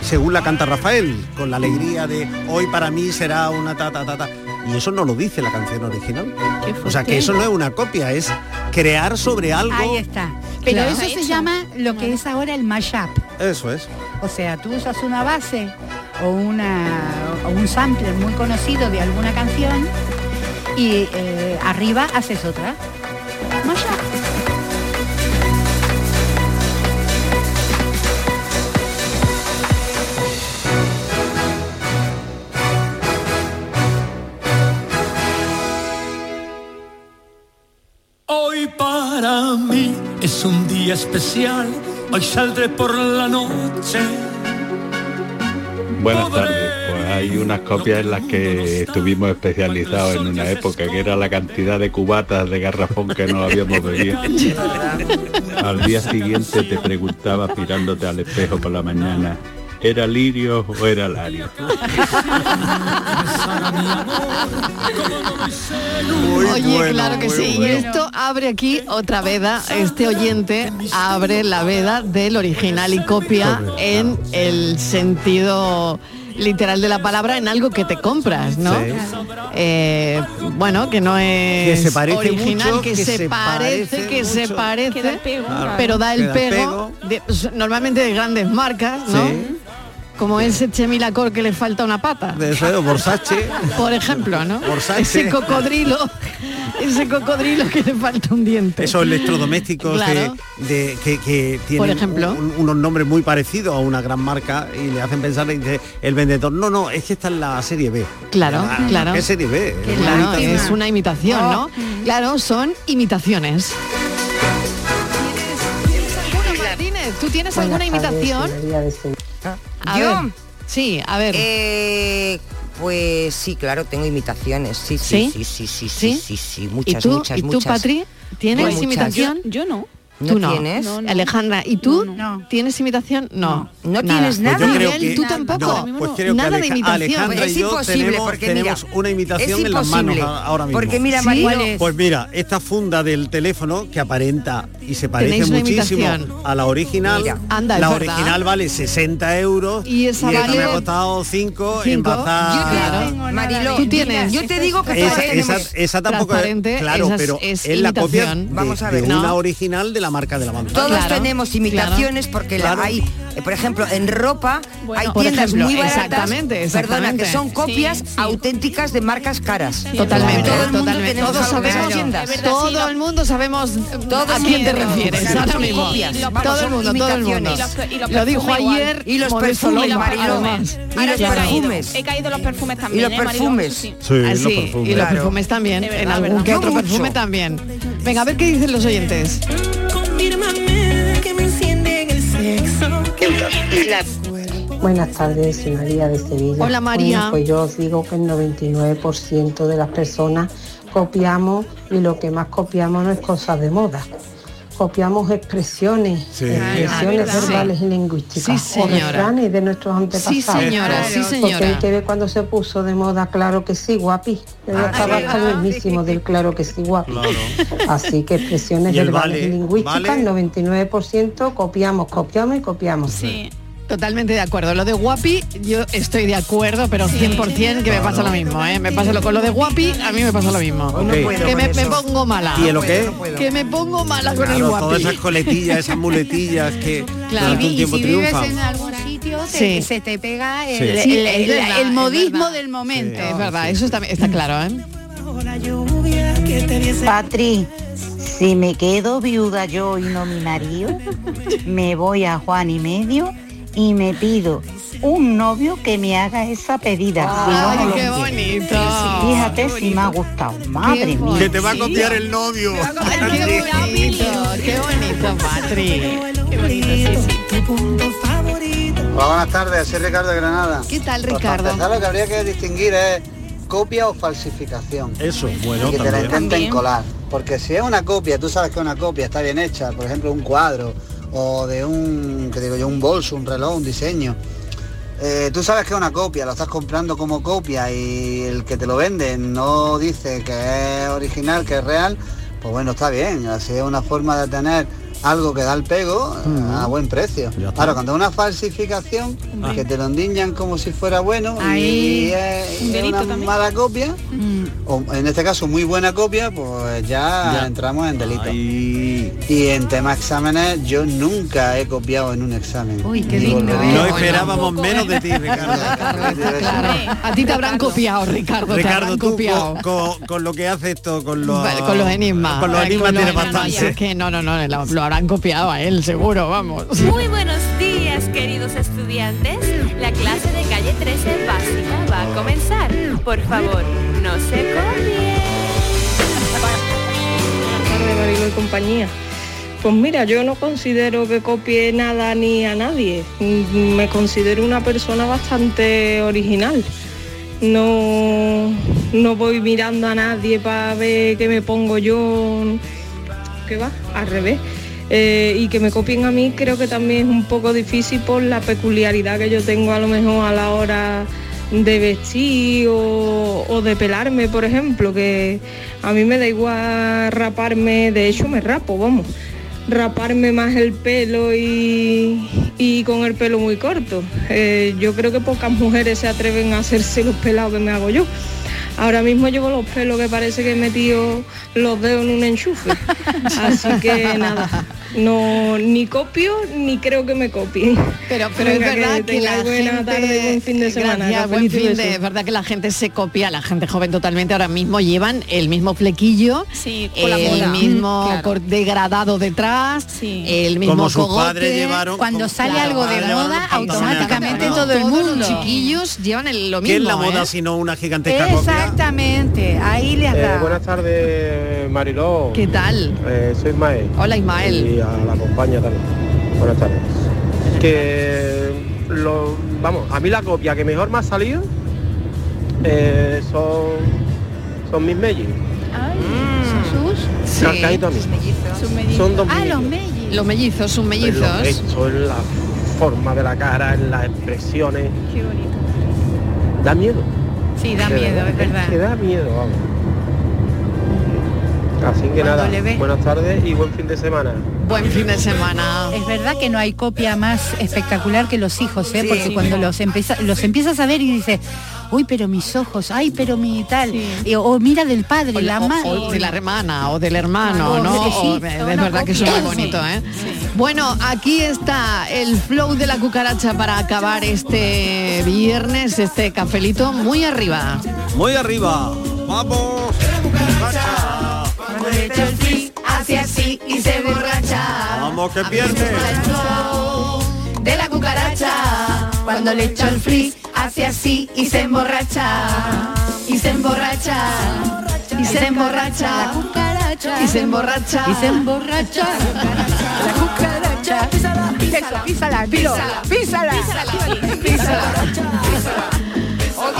Speaker 21: según la canta Rafael, con la alegría de hoy para mí será una ta ta ta ta. Y eso no lo dice la canción original. O sea que eso no es una copia, es crear sobre algo.
Speaker 4: Ahí está. Pero
Speaker 21: Claro.
Speaker 4: eso se llama lo que es ahora el mashup.
Speaker 21: Eso es.
Speaker 4: O sea, tú usas una base o, una, o un sampler muy conocido de alguna canción y eh, arriba haces otra.
Speaker 12: Hoy para mí es un día especial, hoy saldré por la noche.
Speaker 5: Buenas tardes. Pues hay unas copias en las que estuvimos especializados en una época, que era la cantidad de cubatas de garrafón que nos habíamos bebido. Al día siguiente te preguntabas mirándote al espejo por la mañana, ¿era lirio o era lario?
Speaker 20: [LAUGHS] Oye,
Speaker 5: bueno,
Speaker 20: claro que
Speaker 5: muy
Speaker 20: sí. Y
Speaker 5: bueno.
Speaker 20: esto abre aquí otra veda. Este oyente abre la veda del original y copia en el sentido literal de la palabra en algo que te compras, ¿no?
Speaker 21: Sí.
Speaker 20: Eh, bueno, que no es
Speaker 21: Que se parece
Speaker 20: original,
Speaker 21: mucho,
Speaker 20: que, se, parece, que se
Speaker 21: mucho.
Speaker 20: parece,
Speaker 21: Que da el pego, Claro.
Speaker 20: pero da el
Speaker 21: Que da el
Speaker 20: pego, de- pues, normalmente de grandes marcas, ¿no?
Speaker 21: Sí.
Speaker 20: Como ese Chemilacor que le falta una pata.
Speaker 21: De eso de Borsache.
Speaker 20: Por ejemplo, ¿no?
Speaker 21: Borsache.
Speaker 20: Ese cocodrilo, ese cocodrilo que le falta un diente.
Speaker 21: Esos electrodomésticos que-
Speaker 20: Claro.
Speaker 21: de, que, que tienen
Speaker 20: Por ejemplo.
Speaker 21: un- unos nombres muy parecidos a una gran marca y le hacen pensar y dice, el vendedor, no, no, es que está en la serie B.
Speaker 20: Claro,
Speaker 21: Ah,
Speaker 20: claro.
Speaker 21: ¿Qué serie B?
Speaker 20: Claro,
Speaker 21: Imitación.
Speaker 20: es una imitación, ¿no? Claro, son imitaciones. Bueno, Martínez, ¿tú tienes alguna imitación?
Speaker 23: Ah.
Speaker 20: A
Speaker 23: ¿Yo?
Speaker 20: ver. Sí, a ver.
Speaker 23: Eh, pues sí, claro, tengo imitaciones. Sí, sí, sí, sí, sí, sí, sí, sí,
Speaker 20: ¿Y
Speaker 23: muchas,
Speaker 20: tú,
Speaker 23: muchas,
Speaker 20: ¿y tú
Speaker 23: muchas.
Speaker 20: Patri, tienes
Speaker 23: Pues muchas.
Speaker 20: imitación?
Speaker 24: Yo no.
Speaker 23: ¿No
Speaker 20: ¿Tú no?
Speaker 23: tienes? No, no.
Speaker 20: Alejandra, ¿y tú? ¿Tienes imitación? No.
Speaker 23: No tienes
Speaker 21: Pues
Speaker 23: nada.
Speaker 21: yo creo que-
Speaker 20: Miguel, tú tampoco.
Speaker 21: no, pues creo que
Speaker 20: nada de
Speaker 21: Aleja-
Speaker 20: imitación.
Speaker 21: Alejandra
Speaker 20: Es
Speaker 21: y yo
Speaker 20: imposible,
Speaker 21: tenemos,
Speaker 20: porque
Speaker 21: tenemos
Speaker 20: mira,
Speaker 21: una imitación
Speaker 20: es
Speaker 21: en las manos
Speaker 20: imposible.
Speaker 21: a- ahora mismo.
Speaker 20: Porque mira, ¿Sí? Marino- ¿Cuál es?
Speaker 21: Pues mira, esta funda del teléfono que aparenta y se parece
Speaker 20: Tenéis una
Speaker 21: muchísimo
Speaker 20: imitación.
Speaker 21: a la original.
Speaker 20: Mira. Anda, es
Speaker 21: la
Speaker 20: verdad.
Speaker 21: original vale 60 euros
Speaker 20: Y esa
Speaker 21: esta me
Speaker 20: vale
Speaker 21: ha costado 5 en
Speaker 20: Cinco.
Speaker 21: bazar.
Speaker 23: Mariló,
Speaker 20: Tú tienes.
Speaker 23: yo te digo que
Speaker 21: Esa,
Speaker 23: todas tenemos-
Speaker 21: esa- esa tampoco es,
Speaker 20: Transparente,
Speaker 21: claro,
Speaker 20: esa es-
Speaker 21: pero
Speaker 20: es
Speaker 21: es, la copia
Speaker 20: imitación.
Speaker 21: de-
Speaker 20: Vamos a
Speaker 21: de
Speaker 20: ver.
Speaker 21: una
Speaker 20: No.
Speaker 21: original de la marca de la banda.
Speaker 23: Todos tenemos imitaciones porque la-
Speaker 21: Claro.
Speaker 23: hay, eh, por ejemplo, en ropa
Speaker 20: Bueno,
Speaker 23: hay
Speaker 20: por
Speaker 23: tiendas
Speaker 20: ejemplo,
Speaker 23: muy baratas,
Speaker 20: exactamente,
Speaker 23: perdona,
Speaker 20: exactamente.
Speaker 23: que son
Speaker 20: Sí,
Speaker 23: copias auténticas de marcas caras.
Speaker 20: Totalmente,
Speaker 23: Todo el mundo
Speaker 20: totalmente.
Speaker 23: tenemos
Speaker 20: Todos
Speaker 23: algo en esas
Speaker 20: sabemos,
Speaker 23: tiendas.
Speaker 20: todo el mundo sabemos
Speaker 23: Todos
Speaker 20: a quién te
Speaker 23: sabemos.
Speaker 20: refieres.
Speaker 23: Claro,
Speaker 20: Ahora
Speaker 23: son
Speaker 20: mismo.
Speaker 23: copias. Vamos,
Speaker 20: Todo el
Speaker 23: son
Speaker 20: mundo, todo el mundo.
Speaker 23: imitaciones. Y los- y
Speaker 20: Lo
Speaker 23: los
Speaker 20: dijo
Speaker 23: perfumes
Speaker 20: ayer
Speaker 23: igual. Y los
Speaker 20: Modesto
Speaker 23: perfumes,
Speaker 20: Lobo,
Speaker 23: Mariló.
Speaker 20: además.
Speaker 23: Y los
Speaker 20: Claro.
Speaker 23: perfumes.
Speaker 24: He caído en los perfumes
Speaker 23: Y
Speaker 24: también.
Speaker 23: los
Speaker 24: ¿eh, Mariló?
Speaker 23: perfumes.
Speaker 20: Ah, sí, Y los
Speaker 23: Claro.
Speaker 20: perfumes también,
Speaker 24: De verdad,
Speaker 20: en
Speaker 24: de
Speaker 20: algún
Speaker 24: verdad.
Speaker 20: que
Speaker 24: Yo
Speaker 20: otro
Speaker 24: mucho.
Speaker 20: perfume también. Venga, a ver qué dicen los oyentes.
Speaker 35: Confírmame que me enciende en el sexo.
Speaker 27: Buenas tardes, soy María de Sevilla.
Speaker 35: Hola, María.
Speaker 27: Bueno, pues yo os digo que el 99% de las personas copiamos y lo que más copiamos no es cosas de moda. Copiamos expresiones,
Speaker 36: Sí.
Speaker 27: expresiones
Speaker 36: Ah, ¿verdad?
Speaker 27: verbales y lingüísticas,
Speaker 36: Sí,
Speaker 27: o
Speaker 36: señora.
Speaker 27: refranes de nuestros antepasados.
Speaker 36: señora, sí,
Speaker 27: Porque
Speaker 36: señora.
Speaker 27: hay que ver cuando se puso de moda, claro que sí, guapi. Yo
Speaker 36: Ah,
Speaker 27: estaba
Speaker 36: sí.
Speaker 27: hasta el mismísimo del claro que sí, guapi. Así que expresiones
Speaker 36: Y el
Speaker 27: verbales y
Speaker 36: vale,
Speaker 27: lingüísticas,
Speaker 36: vale.
Speaker 27: el 99% copiamos, copiamos y copiamos.
Speaker 20: Totalmente de acuerdo. Lo de guapi, yo estoy de acuerdo, pero 100% que me pasa lo mismo, ¿eh? Me pasa lo con lo de guapi, a mí me pasa lo mismo.
Speaker 21: no Ok. puedo
Speaker 20: Que me,
Speaker 21: con
Speaker 20: me
Speaker 21: eso.
Speaker 20: pongo mala.
Speaker 21: ¿Y el o qué?
Speaker 20: Que me pongo mala con el
Speaker 21: Claro,
Speaker 20: guapi.
Speaker 21: todas esas coletillas, esas muletillas que
Speaker 20: Claro.
Speaker 21: durante
Speaker 20: Y
Speaker 21: un
Speaker 20: vi-
Speaker 21: tiempo
Speaker 20: y si vives
Speaker 21: triunfan.
Speaker 4: En algún sitio te-
Speaker 21: Sí.
Speaker 4: se te pega el,
Speaker 21: Sí.
Speaker 4: el-
Speaker 21: Sí,
Speaker 4: el-
Speaker 20: es
Speaker 4: el-
Speaker 20: verdad,
Speaker 4: el
Speaker 20: es
Speaker 4: modismo del momento.
Speaker 20: Es verdad, eso está, está claro, ¿eh?
Speaker 25: Patri, si me quedo viuda yo y no mi marido, me voy a Juan y medio y me pido un novio que me haga esa pedida. Si no,
Speaker 20: Ay,
Speaker 25: no lo
Speaker 20: qué
Speaker 25: quiero.
Speaker 20: bonito.
Speaker 25: Fíjate si me ha gustado, madre mía.
Speaker 21: Que te va a copiar el novio.
Speaker 20: Qué bonito, qué bonito, Patri. Qué bonito, sí, sí.
Speaker 37: Hola, buenas tardes, soy Ricardo de Granada.
Speaker 20: ¿Qué tal,
Speaker 37: Pues, para
Speaker 20: Ricardo?
Speaker 37: empezar, lo que habría que distinguir es copia o falsificación.
Speaker 21: Eso, bueno,
Speaker 37: y que te la
Speaker 21: también.
Speaker 37: intenten
Speaker 21: También.
Speaker 37: colar. Porque si es una copia, tú sabes que una copia está bien hecha, por ejemplo, un cuadro o de un, que digo yo, un bolso, un reloj, un diseño. Eh, tú sabes que es una copia, lo estás comprando como copia y el que te lo vende no dice que es original, que es real, pues bueno, está bien. Así es una forma de tener algo que da el pego eh,
Speaker 21: Mm.
Speaker 37: a buen precio.
Speaker 21: Ya está.
Speaker 37: Claro, cuando es una falsificación,
Speaker 21: Ah.
Speaker 37: que te lo endiñan como si fuera bueno
Speaker 20: Ahí,
Speaker 37: y es,
Speaker 20: un
Speaker 37: y es
Speaker 20: delito
Speaker 37: una
Speaker 20: también.
Speaker 37: mala copia,
Speaker 18: Mm.
Speaker 37: o en este caso muy buena copia, pues ya,
Speaker 21: Ya.
Speaker 37: entramos en delito. Y en tema exámenes, yo nunca he copiado en un examen.
Speaker 20: Uy, qué
Speaker 37: Digo,
Speaker 20: digno,
Speaker 37: lo-
Speaker 20: ¿eh?
Speaker 21: No esperábamos menos de ti, Ricardo.
Speaker 20: A ti te habrán copiado, Ricardo. te
Speaker 21: Ricardo,
Speaker 20: habrán
Speaker 21: tú
Speaker 20: copiado.
Speaker 21: con, con- con lo que hace esto, con los,
Speaker 20: Vale, con los enigmas.
Speaker 21: Con los
Speaker 20: Ay,
Speaker 21: enigmas
Speaker 20: los
Speaker 21: tiene
Speaker 20: enigmas,
Speaker 21: bastante.
Speaker 20: Es que no, no, no, lo, lo habrán copiado a él, seguro, vamos.
Speaker 38: Muy buenos días, queridos estudiantes. La clase de calle 13 básica va a comenzar. Por favor, no se copien.
Speaker 36: de Marilo y compañía. Pues mira, yo no considero que copie nada ni a nadie. Mm, Me considero una persona bastante original. No, no voy mirando a nadie para ver qué me pongo yo, que va, al revés. Eh, y que me copien a mí creo que también es un poco difícil por la peculiaridad que yo tengo a lo mejor a la hora de vestir o, o de pelarme, por ejemplo, que a mí me da igual raparme, de hecho me rapo, vamos, raparme más el pelo y, y con el pelo muy corto. Eh, yo creo que pocas mujeres se atreven a hacerse los pelados que me hago yo. Ahora mismo llevo los pelos que parece que he metido los dedos en
Speaker 20: [LAUGHS]
Speaker 36: un enchufe. Así que nada, no ni copio ni creo que me copien.
Speaker 20: Pero, pero es verdad que, la
Speaker 36: buena
Speaker 20: gente, eh,
Speaker 36: tarde y buen fin de semana.
Speaker 20: gracias,
Speaker 36: Rafael,
Speaker 20: buen
Speaker 36: y tú
Speaker 20: fin
Speaker 36: besos.
Speaker 20: de, es verdad que la gente se copia, la gente joven totalmente ahora mismo llevan el mismo flequillo,
Speaker 36: con la
Speaker 20: el
Speaker 36: moda.
Speaker 20: mismo
Speaker 36: Mm, claro.
Speaker 20: cor- degradado detrás, el mismo
Speaker 21: Como sus
Speaker 20: cogote.
Speaker 21: padres llevaron-
Speaker 20: cuando sale
Speaker 21: claro,
Speaker 20: algo de
Speaker 21: padres llevaron
Speaker 20: moda,
Speaker 21: un pantalón
Speaker 20: automáticamente
Speaker 21: acá, ¿no?
Speaker 20: todo el
Speaker 21: Todos
Speaker 20: mundo,
Speaker 21: los
Speaker 20: chiquillos llevan el- lo
Speaker 21: ¿Qué es
Speaker 20: mismo.
Speaker 21: la moda
Speaker 20: ¿eh?
Speaker 21: sino una gigantesca copia?
Speaker 20: Exactamente, ahí le has
Speaker 30: Eh,
Speaker 20: dado.
Speaker 30: buenas tardes, Eh, Mariló.
Speaker 20: ¿Qué tal?
Speaker 30: Eh, soy Ismael.
Speaker 20: Hola, Ismael.
Speaker 30: Y a la compañía también. Buenas tardes. Que lo, vamos, a mí la copia que mejor me ha salido eh, son, son mis mellis.
Speaker 20: Sí.
Speaker 30: Cascadito a mí. Son dos
Speaker 20: Ah, los
Speaker 30: mellizos.
Speaker 20: mellizos. Los mellizos, son
Speaker 30: En los
Speaker 20: mellizos.
Speaker 30: gestos, en la forma de la cara, en las expresiones. Qué bonito. Da miedo.
Speaker 20: Sí, da
Speaker 30: De
Speaker 20: miedo, es
Speaker 30: que
Speaker 20: verdad.
Speaker 30: da miedo, vamos. Así que
Speaker 20: Cuando
Speaker 30: nada,
Speaker 20: le ves.
Speaker 30: buenas tardes y buen fin de semana.
Speaker 20: Buen fin de semana.
Speaker 4: Es verdad que no hay copia más espectacular que los hijos, ¿eh? porque cuando los, empieza- los empiezas a ver y dices, uy, pero mis ojos, ay, pero mi tal, y- o mira del padre,
Speaker 20: O
Speaker 4: la
Speaker 20: o-
Speaker 4: madre.
Speaker 20: o de la hermana o del hermano,
Speaker 4: Ah,
Speaker 20: ¿no?
Speaker 4: sí,
Speaker 20: O-
Speaker 4: sí,
Speaker 20: es
Speaker 4: una
Speaker 20: verdad que eso es
Speaker 4: copia.
Speaker 20: muy bonito, ¿eh? Bueno, aquí está el flow de la cucaracha para acabar este viernes, este cafelito muy arriba.
Speaker 21: Muy arriba. Vamos.
Speaker 20: Cuando le echa el frizz, hace así y se borracha.
Speaker 21: Vamos que pierde.
Speaker 20: De la cucaracha, cuando le echa el frizz, hace así y se emborracha. Y se emborracha. Y se emborracha. Y se emborracha.
Speaker 4: Y se emborracha.
Speaker 20: La cucaracha. Písala, písala, písala, písala, písala,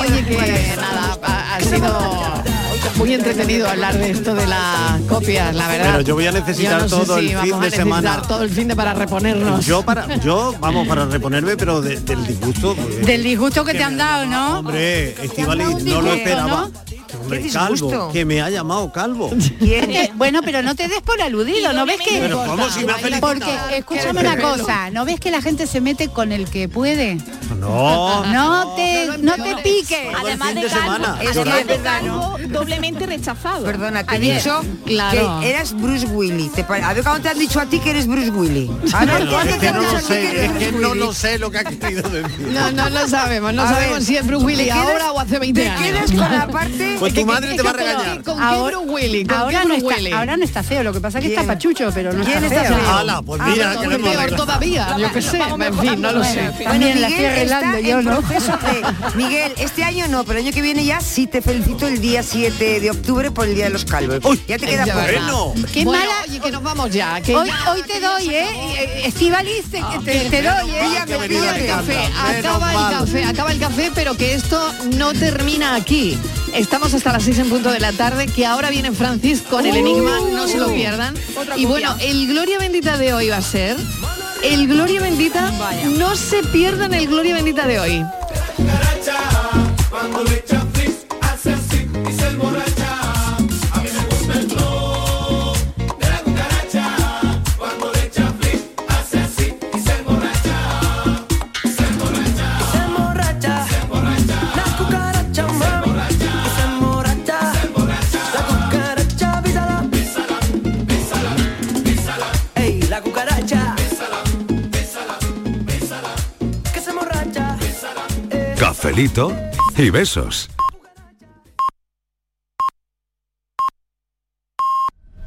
Speaker 20: Oye, que nada, ha, ha sido muy entretenido hablar de esto de las copias, la verdad.
Speaker 21: Pero yo voy a
Speaker 20: Yo
Speaker 21: necesitar
Speaker 20: no sé
Speaker 21: todo
Speaker 20: si
Speaker 21: el
Speaker 20: vamos
Speaker 21: fin
Speaker 20: a
Speaker 21: de
Speaker 20: necesitar
Speaker 21: semana.
Speaker 20: todo el fin de para reponernos.
Speaker 21: Yo para, yo vamos para reponerme, pero de- del disgusto. porque-
Speaker 4: Del disgusto que te han dado, ¿no?
Speaker 21: Hombre, Estivali, no lo
Speaker 4: disgusto,
Speaker 21: esperaba. Hombre,
Speaker 4: Qué
Speaker 21: calvo,
Speaker 4: disgusto.
Speaker 21: que me ha
Speaker 20: [LAUGHS]
Speaker 21: llamado calvo.
Speaker 4: Eh, [LAUGHS] bueno, pero no te des por aludido, ¿no ves que...?
Speaker 21: Pero ¿cómo si me ha
Speaker 4: Porque,
Speaker 21: felicitado?
Speaker 4: escúchame una cosa, ¿no ves que la gente se mete con el que puede?
Speaker 21: No.
Speaker 4: No te, no te piques.
Speaker 24: Además de,
Speaker 4: de
Speaker 24: calvo,
Speaker 4: semana.
Speaker 24: además
Speaker 4: Llorar.
Speaker 24: de calvo, doblemente rechazado.
Speaker 23: Perdona, te he
Speaker 24: Ayer.
Speaker 23: dicho que eras Bruce Willis. Te pare- A ver cuándo te han dicho a ti que eres Bruce Willis. A ver,
Speaker 21: Bueno,
Speaker 23: ¿cuándo
Speaker 21: es
Speaker 23: te
Speaker 21: que
Speaker 23: han
Speaker 21: no
Speaker 23: dicho
Speaker 21: lo
Speaker 23: a ti que
Speaker 21: sé,
Speaker 23: eres
Speaker 21: es que
Speaker 23: Bruce
Speaker 21: no
Speaker 23: Willis?
Speaker 21: lo sé lo que ha querido decir.
Speaker 20: No, no lo sabemos, no
Speaker 21: A
Speaker 20: sabemos
Speaker 21: ver,
Speaker 20: si es Bruce Willis
Speaker 21: ¿te quedas-
Speaker 20: ahora o hace 20
Speaker 21: te
Speaker 20: años.
Speaker 21: quedas con la parte- Pues tu madre te va a regañar.
Speaker 20: ¿Con qué
Speaker 4: Ahora-
Speaker 20: Bruce Willis? ¿Con
Speaker 4: ahora
Speaker 20: qué
Speaker 4: no
Speaker 20: Bruce
Speaker 4: está-
Speaker 20: Willis?
Speaker 4: ahora no está feo, lo que pasa es que está pachucho, pero no
Speaker 20: ¿Quién
Speaker 4: está
Speaker 20: está
Speaker 4: feo. Ah, pues
Speaker 20: feo? Ala, pues Ah, mira, pues que lo hemos peor arreglado. todavía, yo qué sé, en fin, no lo sé.
Speaker 4: También la
Speaker 23: Miguel
Speaker 4: tierra y
Speaker 23: está en proceso
Speaker 20: [LAUGHS]
Speaker 23: de- Miguel, este año no, pero el año que viene ya sí te felicito el día 7 de octubre por el Día de los Calvos. ya te queda
Speaker 20: Ya
Speaker 23: poco.
Speaker 20: verás.
Speaker 4: Qué
Speaker 20: Bueno,
Speaker 4: mala-
Speaker 20: Oye, que nos vamos ya. que
Speaker 4: Hoy,
Speaker 20: ya-
Speaker 4: hoy te doy, ¿eh? Estivaliz, te,
Speaker 14: Ah,
Speaker 4: te, te doy, ¿eh?
Speaker 20: Píllame, píllame el café, acaba el café, acaba el café, pero que esto no termina aquí. Estamos hasta las 6 en punto de la tarde, que ahora viene Francis con el
Speaker 14: Uh,
Speaker 20: enigma, no se lo pierdan.
Speaker 14: otra
Speaker 20: Y
Speaker 14: copia.
Speaker 20: bueno, el Gloria Bendita de hoy va a ser... El Gloria Bendita, no se pierdan el Gloria Bendita de hoy.
Speaker 12: Cuando le echa frizz, hace así y se emborracha. A mí me gusta el flow de la cucaracha. Cuando le echa frizz, hace así y se emborracha. Se emborracha. Se emborracha. Se emborracha. La cucaracha, mami. Se emborracha. Se emborracha. La cucaracha, písala. Písala, písala, písala. Ey, la cucaracha. Písala, písala, písala. Que se emborracha. Písala.
Speaker 5: Cafelito y besos.